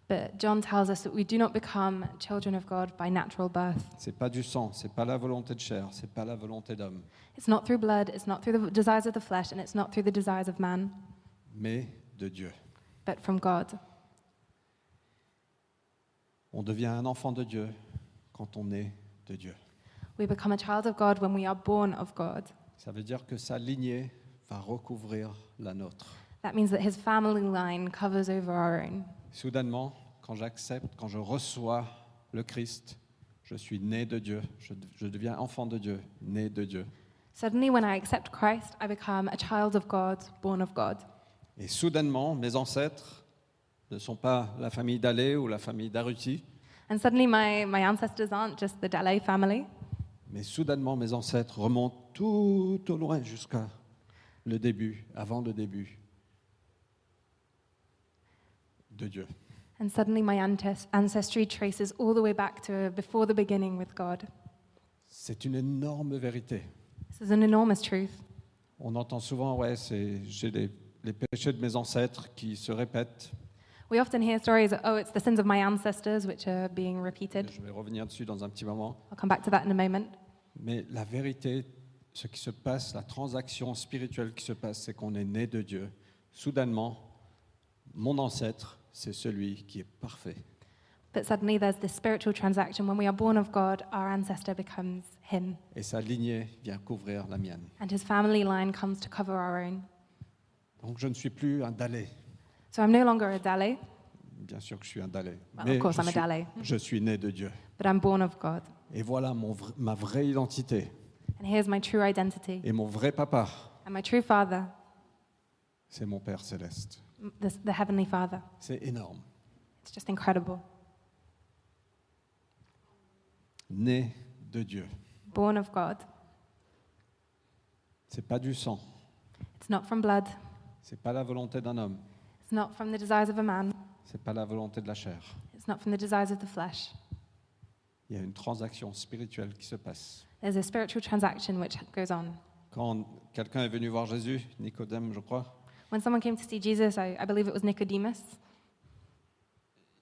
But John tells us that we do not become children of God by natural birth. C'est pas du sang, c'est pas la volonté de chair, c'est pas la volonté d'homme, It's not through blood, it's not through the desires of the flesh, and it's not through the desires of man, mais de Dieu. but from God. On devient un enfant de Dieu quand on est de Dieu. We become a child of God when we are born of God. Ça veut dire que sa lignée va recouvrir la nôtre. That means that his family line covers over our own. Soudainement, quand j'accepte, quand je reçois le Christ, je suis né de Dieu, je, je deviens enfant de Dieu, né de Dieu. Suddenly, when I accept Christ, I become a child of God, born of God. Et soudainement, mes ancêtres ne sont pas la famille d'Alé ou la famille d'Aruti, And suddenly, my, my ancestors aren't just the Dalai family, mais soudainement, mes ancêtres remontent tout au loin jusqu'à le début, avant le début de Dieu. and suddenly, my antes- ancestry traces all the way back to before the beginning with God. C'est une énorme vérité. This is an enormous truth. On entend souvent, ouais, c'est- j'ai les, les péchés de mes ancêtres qui se répètent. We often hear stories of, oh, it's the sins of my ancestors which are being repeated. Je vais revenir dessus dans un petit moment. I'll come back to that in a moment. Mais la vérité, ce qui se passe, la transaction spirituelle qui se passe, c'est qu'on est né de Dieu. Soudainement, mon ancêtre, c'est celui qui est parfait. But suddenly there's this spiritual transaction. When we are born of God, our ancestor becomes him, Et sa lignée vient couvrir la mienne. and his family line comes to cover our own. Donc je ne suis plus un Dalé. So I'm no longer a Dalai, Bien sûr que je suis un Dalé. Well, mais of course je, I'm a suis, Dalai. je suis né de Dieu. but I'm born of God. Et voilà mon vr- ma vraie identité. And here's my true identity. Et mon vrai papa, And my true father, c'est mon Père céleste. m- the, the Heavenly Father. C'est énorme. It's just incredible. né de Dieu. born of God. C'est pas du sang, It's not from blood, c'est pas la volonté d'un homme, it's not from the desires of a man, c'est pas la volonté de la chair. it's not from the desires of the flesh. Il y a une transaction spirituelle qui se passe. There's a spiritual transaction which goes on. Quand quelqu'un est venu voir Jésus, Nicodème, je crois, When someone came to see Jesus, I, I believe it was Nicodemus,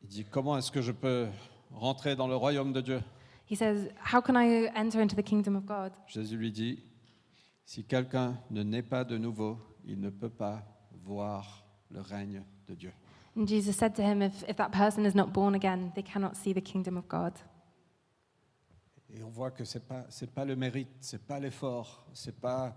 il dit Comment est-ce que je peux rentrer dans le royaume de Dieu he says, How can I enter into the kingdom of God? Jésus lui dit Si quelqu'un ne naît pas de nouveau, il ne peut pas voir le règne de Dieu. And Jesus said to him, If, if that person is not born again, they cannot see the kingdom of God. Et on voit que ce n'est pas, c'est pas le mérite, ce n'est pas l'effort, c'est pas.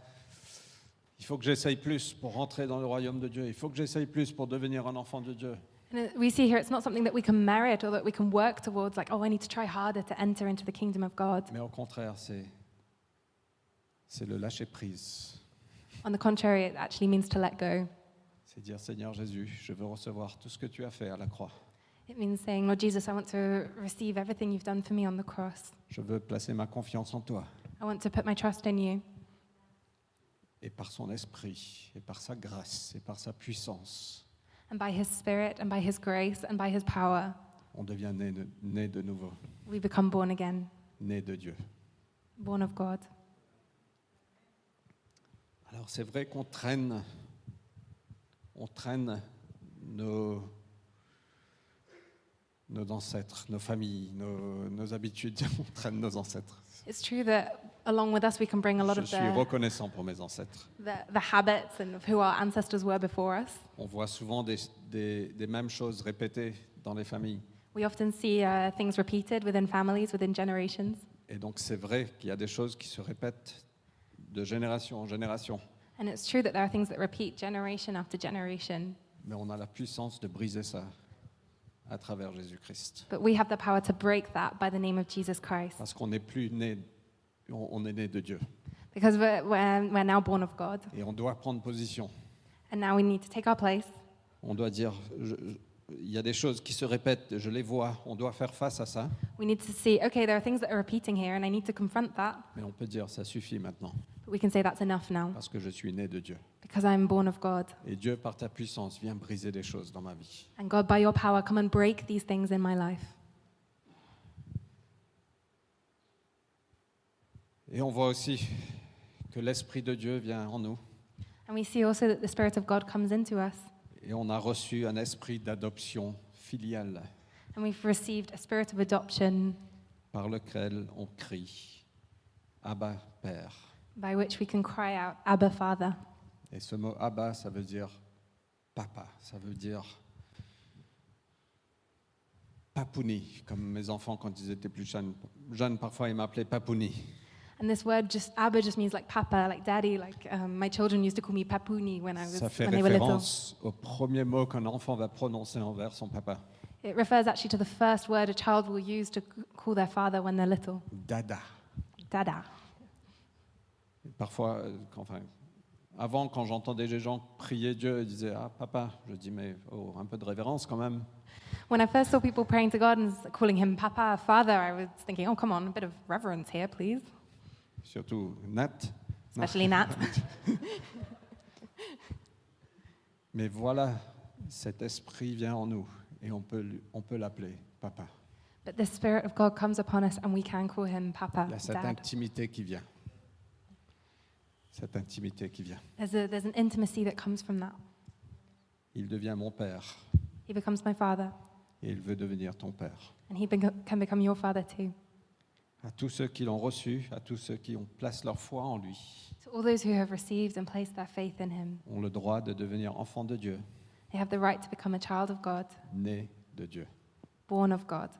Il faut que j'essaye plus pour rentrer dans le royaume de Dieu, il faut que j'essaye plus pour devenir un enfant de Dieu. And it- we see here it's not something that we can merit or that we can work towards, like, oh, I need to try harder to enter into the kingdom of God. Mais au contraire, c'est. C'est le lâcher prise. On the contrary, it actually means to let go. C'est dire Seigneur Jésus, je veux recevoir tout ce que tu as fait à la croix. It means saying, Lord Jesus, I want to receive everything you've done for me on the cross. Je veux placer ma confiance en toi. I want to put my trust in you. Et par son esprit, et par sa grâce, et par sa puissance, And by his spirit and by his grace and by his power, on devient né de, né de nouveau, we become born again, né de Dieu. born of God. Alors c'est vrai qu'on traîne, on traîne nos, nos ancêtres, nos familles, nos, nos habitudes, on traîne nos ancêtres. It's true that along with us, we can bring a lot Je of suis the, reconnaissant pour mes ancêtres. the, the habits and of who our ancestors were before us. On voit souvent des, des- des mêmes choses répétées dans les familles. We often see uh, things repeated within families, within generations. Et donc c'est vrai qu'il y a des choses qui se répètent de génération en génération. And it's true that there are things that repeat generation after generation, Mais on a la puissance de briser ça à travers Jésus-Christ. but we have the power to break that by the name of Jesus Christ Parce qu'on n'est plus né, on on est né de Dieu. because we're, we're, we're now born of God. Et on doit prendre position. And now we need to take our place. On doit dire, je- je- il y a des choses qui se répètent, je les vois, on doit faire face à ça. We need to see, okay, there are things that are repeating here, and I need to confront that. Mais on peut dire, ça suffit maintenant, But we can say that's enough now parce que je suis né de Dieu. because I'm born of God. Et Dieu, par ta puissance, vient briser des choses dans ma vie. And God, by your power, come and break these things in my life. Et on voit aussi que l'Esprit de Dieu vient en nous. And we see also that the Spirit of God comes into us, Et on a reçu un esprit d'adoption filiale and we've received a spirit of adoption par lequel on crie Abba Père. by which we can cry out, Abba, Father. Et ce mot Abba, ça veut dire papa, ça veut dire papouni, comme mes enfants quand ils étaient plus jeunes. jeunes parfois, ils m'appelaient papouni. And this word, just Abba, just means like Papa, like Daddy. Like um, my children used to call me Papuni when I was Ça fait when they were little. référence au premier mot qu'un enfant va prononcer envers son papa. It refers actually to the first word a child will use to c- call their father when they're little, Dada. Dada. Parfois, euh, quand- enfin, avant, quand j'entendais des gens prier Dieu, ils disaient Ah, papa. Je dis Mais oh, un peu de révérence quand même. When I first saw people praying to God and s- calling him Papa, Father, I was thinking, oh come on, a bit of reverence here, please. Surtout Nat. Non. Especially Nat. Mais voilà, cet esprit vient en nous et on peut, lui- on peut l'appeler papa. But the Spirit of God comes upon us and we can call him Papa, Il y a cette Ah, Dad. intimité qui vient. Cette intimité qui vient. There's, a, there's an intimacy that comes from that. Il devient mon père He becomes my father et il veut devenir ton père. and he beco- can become your father too. À tous ceux qui l'ont reçu, à tous ceux qui ont placé leur foi en lui, So all those who have received and placed their faith in him, ont le droit de devenir enfants de Dieu, they have the right to become a child of God, nés de Dieu. born of God.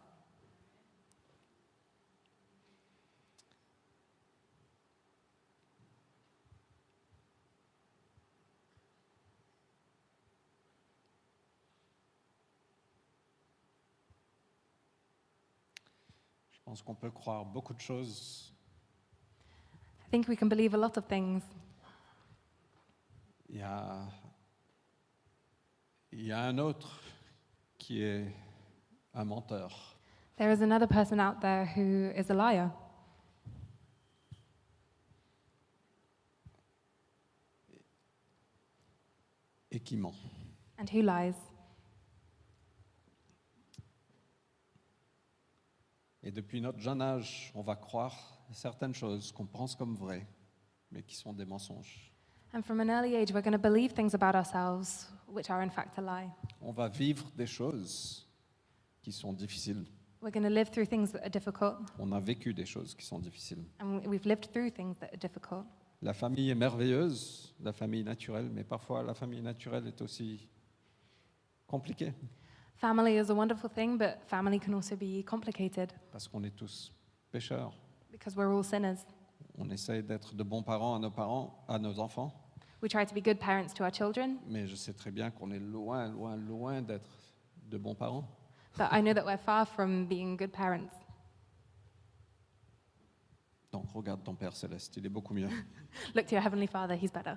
Je pense qu'on peut croire beaucoup de choses I think we can believe a lot of things. Il y a, il y a un autre qui est un menteur. There is another person out there who is a liar. et qui ment. And who lies? Et depuis notre jeune âge, on va croire certaines choses qu'on pense comme vraies, mais qui sont des mensonges. And from an early age, we're going to believe things about ourselves which are in fact a lie. On va vivre des choses qui sont difficiles. We're going to live through things that are difficult, On a vécu des choses qui sont difficiles. and we've lived through things that are difficult. La famille est merveilleuse, la famille naturelle, mais parfois la famille naturelle est aussi compliquée, Family is a wonderful thing, but family can also be complicated parce qu'on est tous pécheurs. because we're all sinners. On essaie d'être de bons parents à nos parents, à nos enfants, We try to be good parents to our children, mais je sais très bien qu'on est loin, loin, loin d'être de bons parents. but I know that we're far from being good parents. Donc regarde ton Père céleste, il est beaucoup mieux. Look to your Heavenly Father, He's better.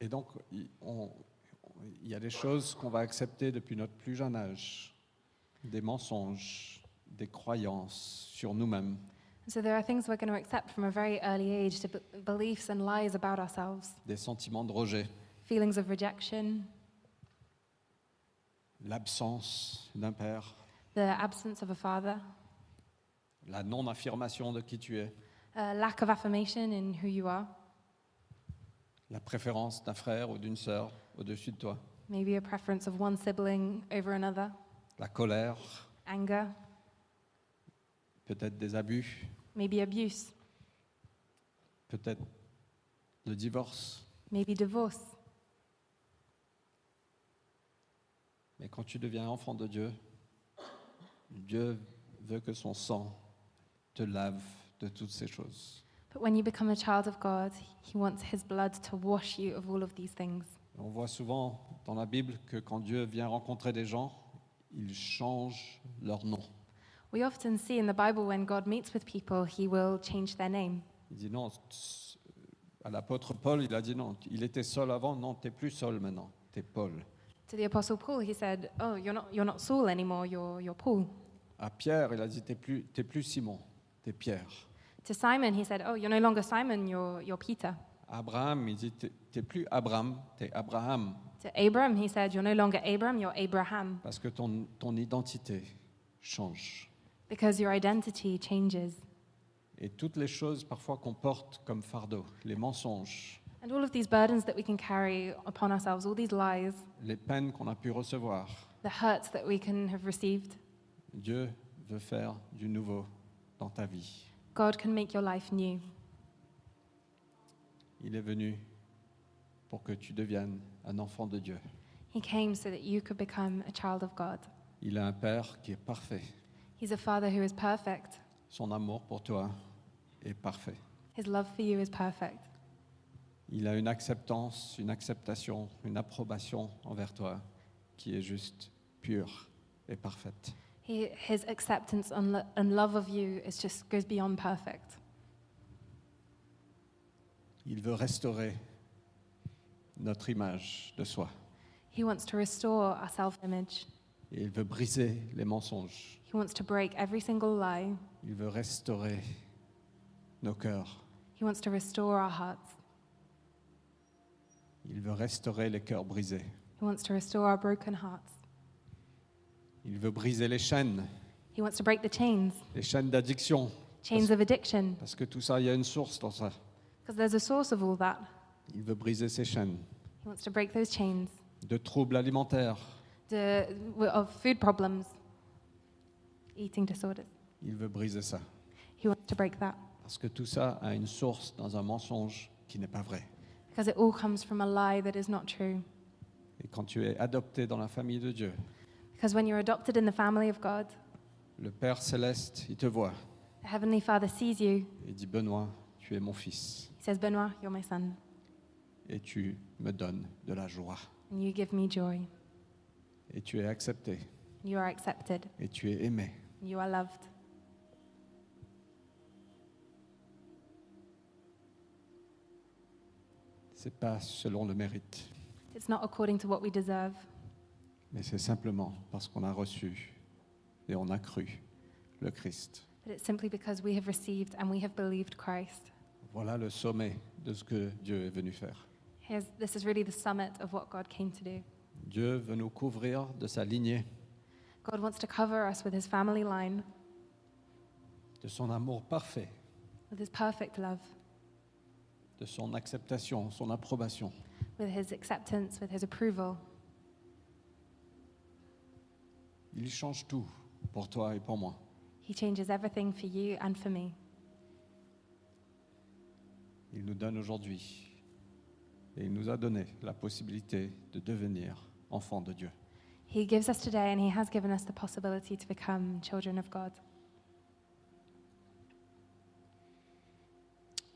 Et donc, il on- il y a des choses qu'on va accepter depuis notre plus jeune âge, des mensonges, des croyances sur nous-mêmes. So there are things we're going to accept from a very early age to b- beliefs and lies about ourselves, des sentiments de rejet, feelings of rejection, l'absence d'un père, the absence of a father, la non-affirmation de qui tu es, a lack of affirmation in who you are, la préférence d'un frère ou d'une sœur au-dessus de toi, maybe a preference of one sibling over another, la colère, anger, peut-être des abus, maybe abuse, peut-être le divorce. maybe divorce. Mais quand tu deviens enfant de Dieu, Dieu veut que son sang te lave de toutes ces choses. But when you become a child of God, He wants His blood to wash you of all of these things. On voit souvent dans la Bible que quand Dieu vient rencontrer des gens, il change leur nom. We often see in the Bible when God meets with people, He will change their name. Il dit non. tss, À l'apôtre Paul, il a dit non. Il était Saul avant. Non, t'es plus Saul maintenant. T'es Paul. To the Apostle Paul, He said, Oh, you're not, you're not Saul anymore, you're, you're Paul. À Pierre, il a dit t'es plus, t'es plus Simon. T'es Pierre. To Simon, He said, Oh, you're no longer Simon, you're, you're Peter. À Abraham, il dit t'es, t'es plus Abraham. T'es Abraham. To Abram, He said, You're no longer Abram, you're Abraham, Parce que ton, ton identité change. because your identity changes. Et toutes les choses parfois qu'on porte comme fardeau, les mensonges, And all of these burdens that we can carry upon ourselves, all these lies, les peines qu'on a pu recevoir, the hurts that we can have received, Dieu veut faire du nouveau dans ta vie. God can make your life new. Il est venu pour que tu deviennes un enfant de Dieu. He came so that you could become a child of God. Il a un Père qui est parfait. He's a father who is perfect. Son amour pour toi est parfait. His love for you is perfect. Il a une acceptance, une acceptation, une approbation envers toi qui est juste, pure et parfaite. He, his acceptance and, lo- and love of you is just goes beyond perfect. Il veut restaurer notre image de soi. He wants to restore our self-image. Et il veut briser les mensonges. He wants to break every single lie. Il veut restaurer nos cœurs. He wants to restore our hearts. Il veut restaurer les cœurs brisés. He wants to restore our broken hearts. Il veut briser les chaînes, He wants to break the chains, les chaînes d'addiction, chains of addiction, Parce que tout ça, il y a une source dans ça. because there's a source of all that. Il veut briser ses chaînes He wants to break those chains de troubles alimentaires. the, of food problems, eating disorders. Il veut briser ça. He wants to break that. Parce que tout ça a une source dans un mensonge qui n'est pas vrai. Because it all comes from a lie that is not true. Et quand tu es adopté dans la famille de Dieu, Because when you're adopted in the family of God, le Père céleste, il te voit the Heavenly Father sees you. et dit Benoît, tu es mon fils He says, Benoit, you're my son, et tu me donnes de la joie. and you give me joy. Et tu es accepté And you are accepted, et tu es aimé. and you are loved. C'est pas selon le mérite, It's not according to what we deserve, mais c'est simplement parce qu'on a reçu et on a cru le Christ. but it's simply because we have received and we have believed Christ. Voilà le sommet de ce que Dieu est venu faire. Here's, this is really the summit of what God came to do. Dieu veut nous couvrir de sa lignée, God wants to cover us with his family line, de son amour parfait, with his perfect love, de son acceptation, son approbation. with his acceptance, with his approval. Il change tout pour toi et pour moi. He changes everything for you and for me. Il nous donne aujourd'hui et il nous a donné la possibilité de devenir enfants de Dieu. He gives us today, and he has given us the possibility to become children of God.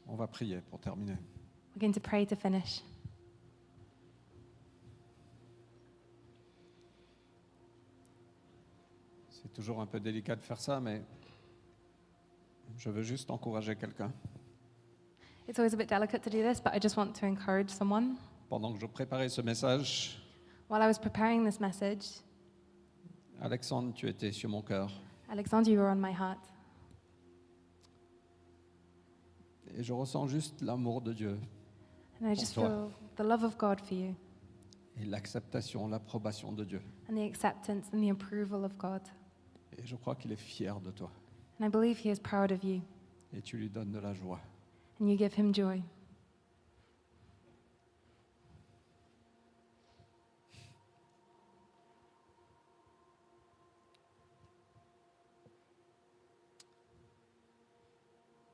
On va prier pour terminer. We're going to pray to finish. C'est toujours un peu délicat de faire ça, mais je veux juste encourager quelqu'un. It's always a bit delicate to do this, but I just want to encourage someone. Pendant que je préparais ce message, While I was preparing this message, Alexandre, tu étais sur mon cœur. Alexander, you were on my heart. Et je ressens juste l'amour de Dieu And I just Bonsoir. feel the love of God for you, et l'acceptation, l'approbation de Dieu. and the acceptance and the approval of God. Et je crois qu'il est fier de toi. And I believe he is proud of you, Et tu lui donnes de la joie. and you give him joy.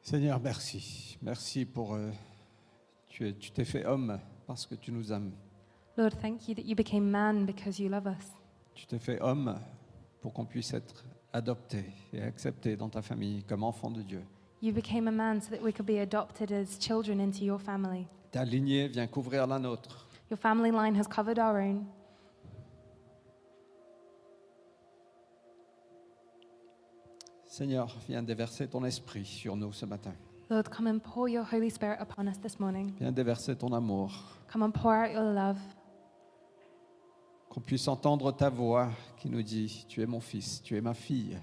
Seigneur, merci. Merci pour... euh, tu es- tu t'es fait homme parce que tu nous aimes. Lord, thank you that you became man because you love us. Tu t'es fait homme pour qu'on puisse être adopté et accepté dans ta famille comme enfant de Dieu. You became a man so that we could be adopted as children into your family. Ta lignée vient couvrir la nôtre. Your family line has covered our own. Seigneur, viens déverser ton esprit sur nous ce matin. Lord, come and pour your Holy Spirit upon us this morning. Viens déverser ton amour. Come and pour out your love, Qu'on puisse entendre ta voix qui nous dit, tu es mon fils, tu es ma fille.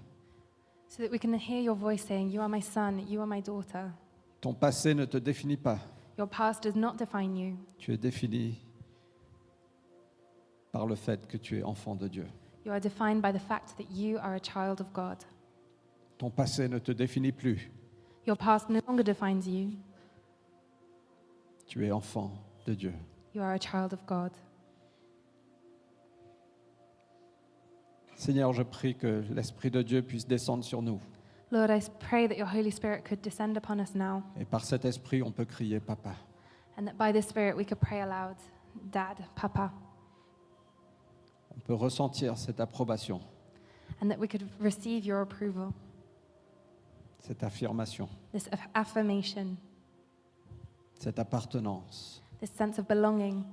so that we can hear your voice saying, You are my son, you are my daughter. Ton passé ne te définit pas. Your past does not define you. Tu es défini par le fait que tu es enfant de Dieu. You are defined by the fact that you are a child of God. Ton passé ne te définit plus. Your past no longer defines you. Tu es enfant de Dieu. You are a child of God. Seigneur, je prie que l'Esprit de Dieu puisse descendre sur nous. Lord, I pray that your Holy Spirit could descend upon us now, Et par cet esprit, on peut crier Papa. and that by this Spirit we could pray aloud, Dad, Papa, On peut ressentir cette approbation, and that we could receive your approval, cette affirmation, this af- affirmation, cette appartenance. this sense of belonging.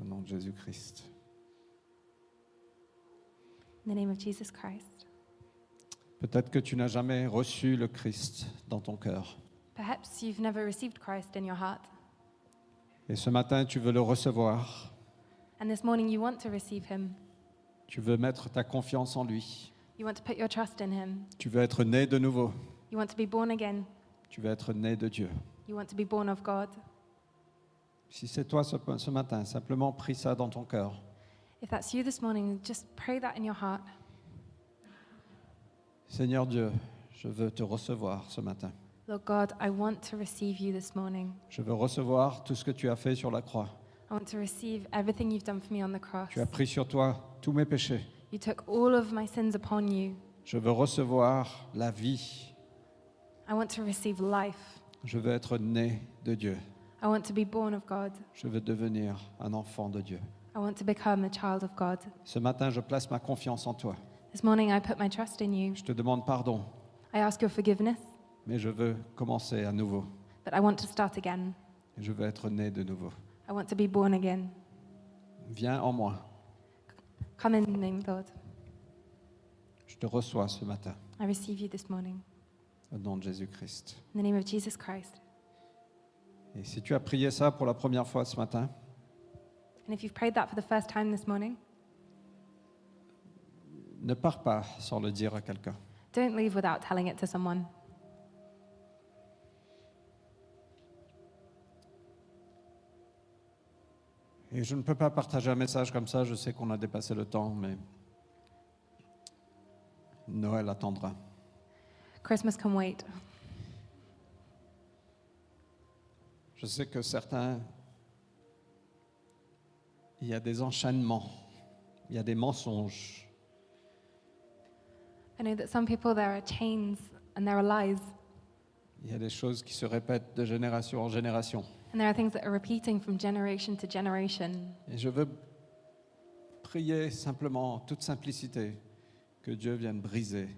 Au nom de Jésus-Christ. In the name of Jesus Christ. Peut-être que tu n'as jamais reçu le Christ dans ton cœur. Perhaps you've never received Christ in your heart, Et ce matin, tu veux le recevoir. and this morning you want to receive Him. Tu veux mettre ta confiance en lui. You want to put your trust in Him. Tu veux être né de nouveau. You want to be born again. Tu veux être né de Dieu. You want to be born of God. Si c'est toi ce, ce matin, simplement prie ça dans ton cœur. If that's you this morning, just pray that in your heart. Seigneur Dieu, je veux te recevoir ce matin. Lord God, I want to receive you this morning. Je veux recevoir tout ce que tu as fait sur la croix. I want to receive everything you've done for me on the cross. Tu as pris sur toi tous mes péchés. You took all of my sins upon you. Je veux recevoir la vie. I want to receive life. Je veux être né de Dieu. I want to be born of God. Je veux devenir un enfant de Dieu. I want to become a child of God. Ce matin, je place ma confiance en toi. This morning I put my trust in you. Je te demande pardon, I ask your forgiveness, mais je veux commencer à nouveau. but I want to start again. Et Je veux être né de nouveau. I want to be born again. Viens en moi. Come in the name, Lord. Je te reçois ce matin, I receive you this morning. au nom de Jésus-Christ. In the name of Jesus Christ. Et si tu as prié ça pour la première fois ce matin, And if you've prayed that for the first time this morning, Ne pars pas sans le dire à quelqu'un. don't leave without telling it to someone. Et je ne peux pas partager un message comme ça, je sais qu'on a dépassé le temps, mais Noël attendra. Christmas can wait. Je sais que certains, il y a des enchaînements, il y a des mensonges, I know that some people, there are chains and there are lies, il y a des choses qui se répètent de génération en génération. and there are things that are repeating from generation to generation. Et je veux prier simplement, en toute simplicité, que Dieu vienne briser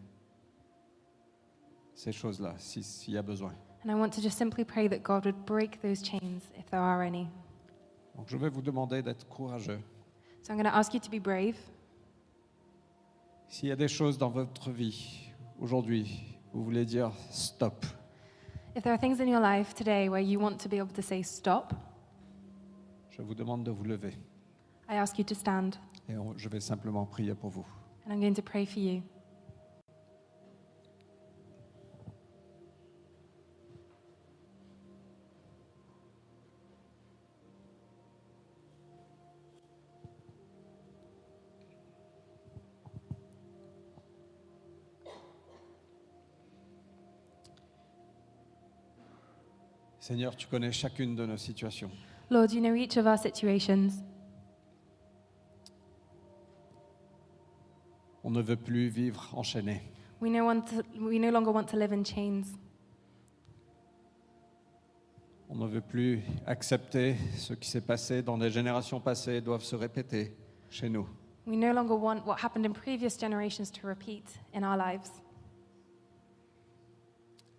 ces choses-là, si- s'il y a besoin. And I want to just simply pray that God would break those chains if there are any. Donc je vais vous demander d'être courageux. So I'm going to ask you to be brave. S'il y a des choses dans votre vie aujourd'hui, vous voulez dire stop, If there are things in your life today where you want to be able to say stop, je vous demande de vous lever I ask you to stand, et on- je vais simplement prier pour vous. and I'm going to pray for you. Seigneur, tu connais chacune de nos situations. Lord, you know each of our situations. On ne veut plus vivre enchaîné. We no, want to, we no longer want to live in chains. On ne veut plus accepter ce qui s'est passé dans des générations passées doivent se répéter chez nous. We no longer want what happened in previous generations to repeat in our lives.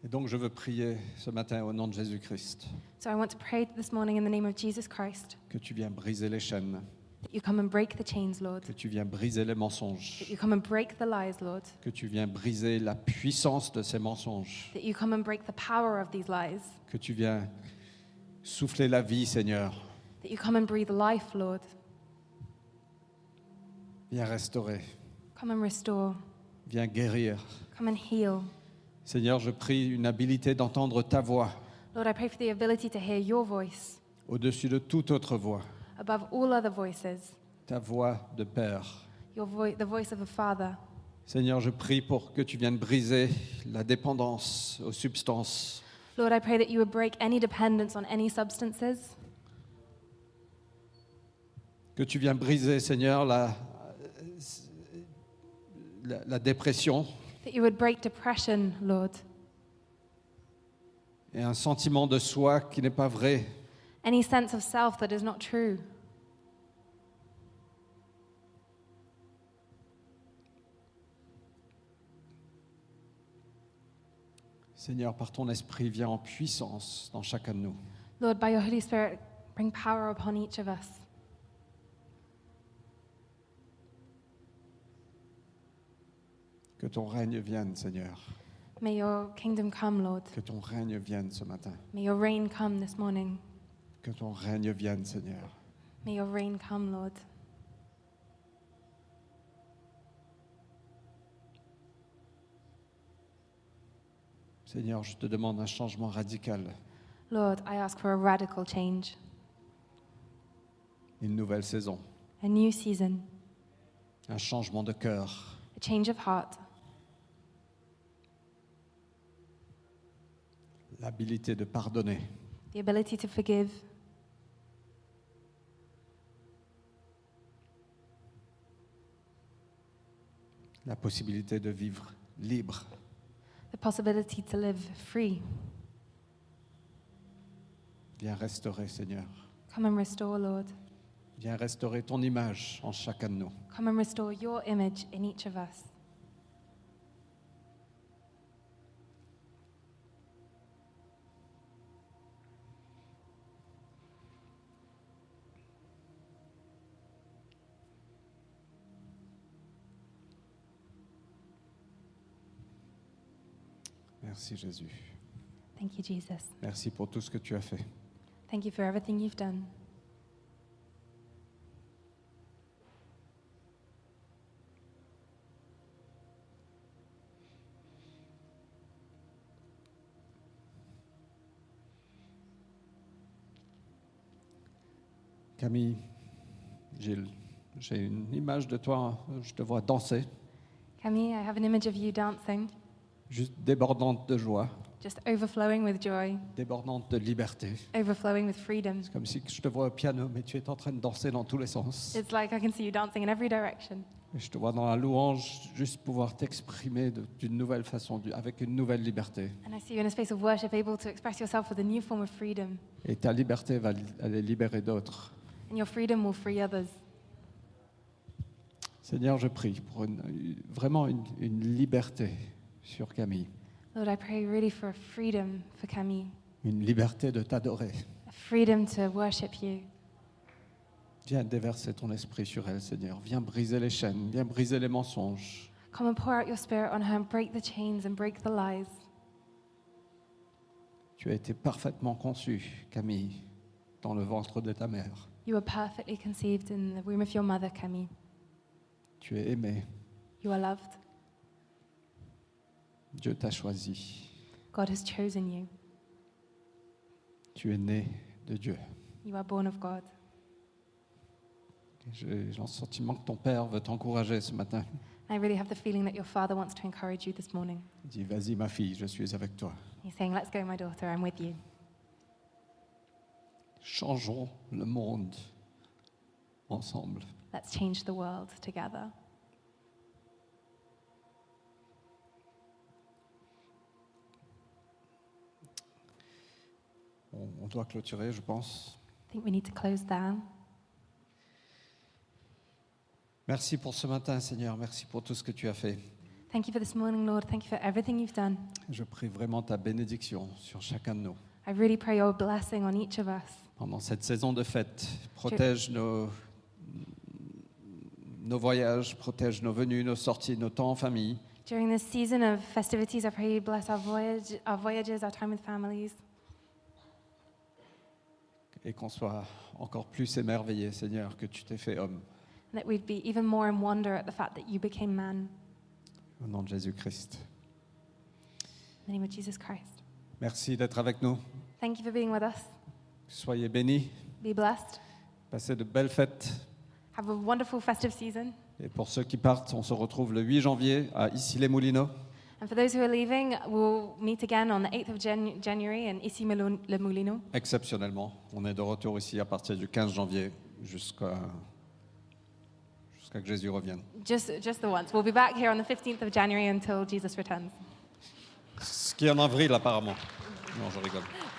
Et donc je veux prier ce matin au nom de Jésus-Christ So I want to pray this morning in the name of Jesus Christ que tu viens briser les chaînes, that you come and break the chains, Lord. que tu viens briser les That mensonges, you come and break the lies, Lord. que tu viens briser la puissance de ces mensonges. That you come and break the power of these lies. que tu viens souffler la vie, Seigneur. That you come and breathe life, Lord. Viens restaurer, Come and restore. viens guérir. Come and heal. Seigneur, je prie une habilité d'entendre ta voix Lord, I pray for the ability to hear your voice au-dessus de toute autre voix, above all other voices, ta voix de Père. your vo- the voice of a father. Seigneur, je prie pour que tu viennes briser la dépendance aux substances, Lord, I pray that you would break any dependence on any substances, que tu viennes briser, Seigneur, la, la, la dépression that you would break depression, Lord, et un sentiment de soi qui n'est pas vrai. any sense of self that is not true. Seigneur, par ton esprit, viens en puissance dans chacun de nous. Lord, by your Holy Spirit, bring power upon each of us. Que ton règne vienne, Seigneur. May your kingdom come, Lord. Que ton règne vienne ce matin. May your reign come this morning. Que ton règne vienne, Seigneur. May your reign come, Lord. Seigneur, je te demande un changement radical, Lord, I ask for a radical change, une nouvelle saison, a new season, un changement de cœur, a change of heart, l'habilité de pardonner, the ability to forgive, la possibilité de vivre libre. the possibility to live free. Viens restaurer, Seigneur. Come and restore, Lord. Viens restaurer ton image en chacun de nous. Come and restore your image in each of us. Merci Jésus. Thank you, Jesus. Merci pour tout ce que tu as fait. Thank you for everything you've done. Camille, Gilles, j'ai une image de toi, je te vois danser, Camille, I have an image of you dancing, juste débordante de joie, just overflowing with joy, débordante de liberté. overflowing with freedom. C'est comme si je te vois au piano, mais tu es en train de danser dans tous les sens. It's like I can see you dancing in every direction. Et je te vois dans la louange, juste pouvoir t'exprimer de- d'une nouvelle façon, du- avec une nouvelle liberté. And I see you in a space of worship, able to express yourself with a new form of freedom. Et ta liberté va li- aller libérer d'autres. And your freedom will free others. Seigneur, je prie pour une- vraiment une- une liberté sur Camille, Lord, I pray really for a freedom for Camille, une liberté de t'adorer. a freedom to worship you. Viens déverser ton esprit sur elle, Seigneur. Viens briser les chaînes, viens briser les mensonges. Come and pour out your spirit on her and break the chains and break the lies. Tu as été parfaitement conçue, Camille, dans le ventre de ta mère. You were perfectly conceived in the womb of your mother, Camille. Tu es aimée. You are loved. Dieu t'a choisie. God has chosen you. Tu es née de Dieu. You are born of God. J'ai j'ai le sentiment que ton père veut t'encourager ce matin. I really have the feeling that your father wants to encourage you this morning. Il dit, vas-y ma fille, je suis avec toi. He's saying, Let's go, my daughter, I'm with you. Changeons le monde ensemble. Let's change the world together. On, on doit clôturer, je pense. I think we need to close down. Merci pour ce matin, Seigneur. Merci pour tout ce que tu as fait. Thank you for this morning, Lord. Thank you for everything you've done. Je prie vraiment ta bénédiction sur chacun de nous. I really pray your blessing on each of us. Pendant cette saison de fête, protège nos, nos voyages, protège nos venues, nos sorties, nos temps en famille. During this season of festivities, I pray you bless our, voyage, our voyages, our time with families, Et qu'on soit encore plus émerveillés, Seigneur, que tu t'es fait homme. and that we'd be even more in wonder at the fact that you became man. Au nom de Jésus-Christ. In the name of Jesus Christ. Merci d'être avec nous. Thank you for being with us. Soyez bénis. Be blessed. Passez de belles fêtes. Have a wonderful festive season. Et pour ceux qui partent, on se retrouve le 8 janvier à Issy-les-Moulineaux. And for those who are leaving, we'll meet again on the 8th of Jan- January in Issy Moulin- Le Moulino. Exceptionnellement, on est de retour ici à partir du 15 janvier jusqu'à jusqu'à que Jésus revienne. Just, just the once. We'll be back here on the 15th of January until Jesus returns. Ce qui est en avril apparemment. Non, je rigole.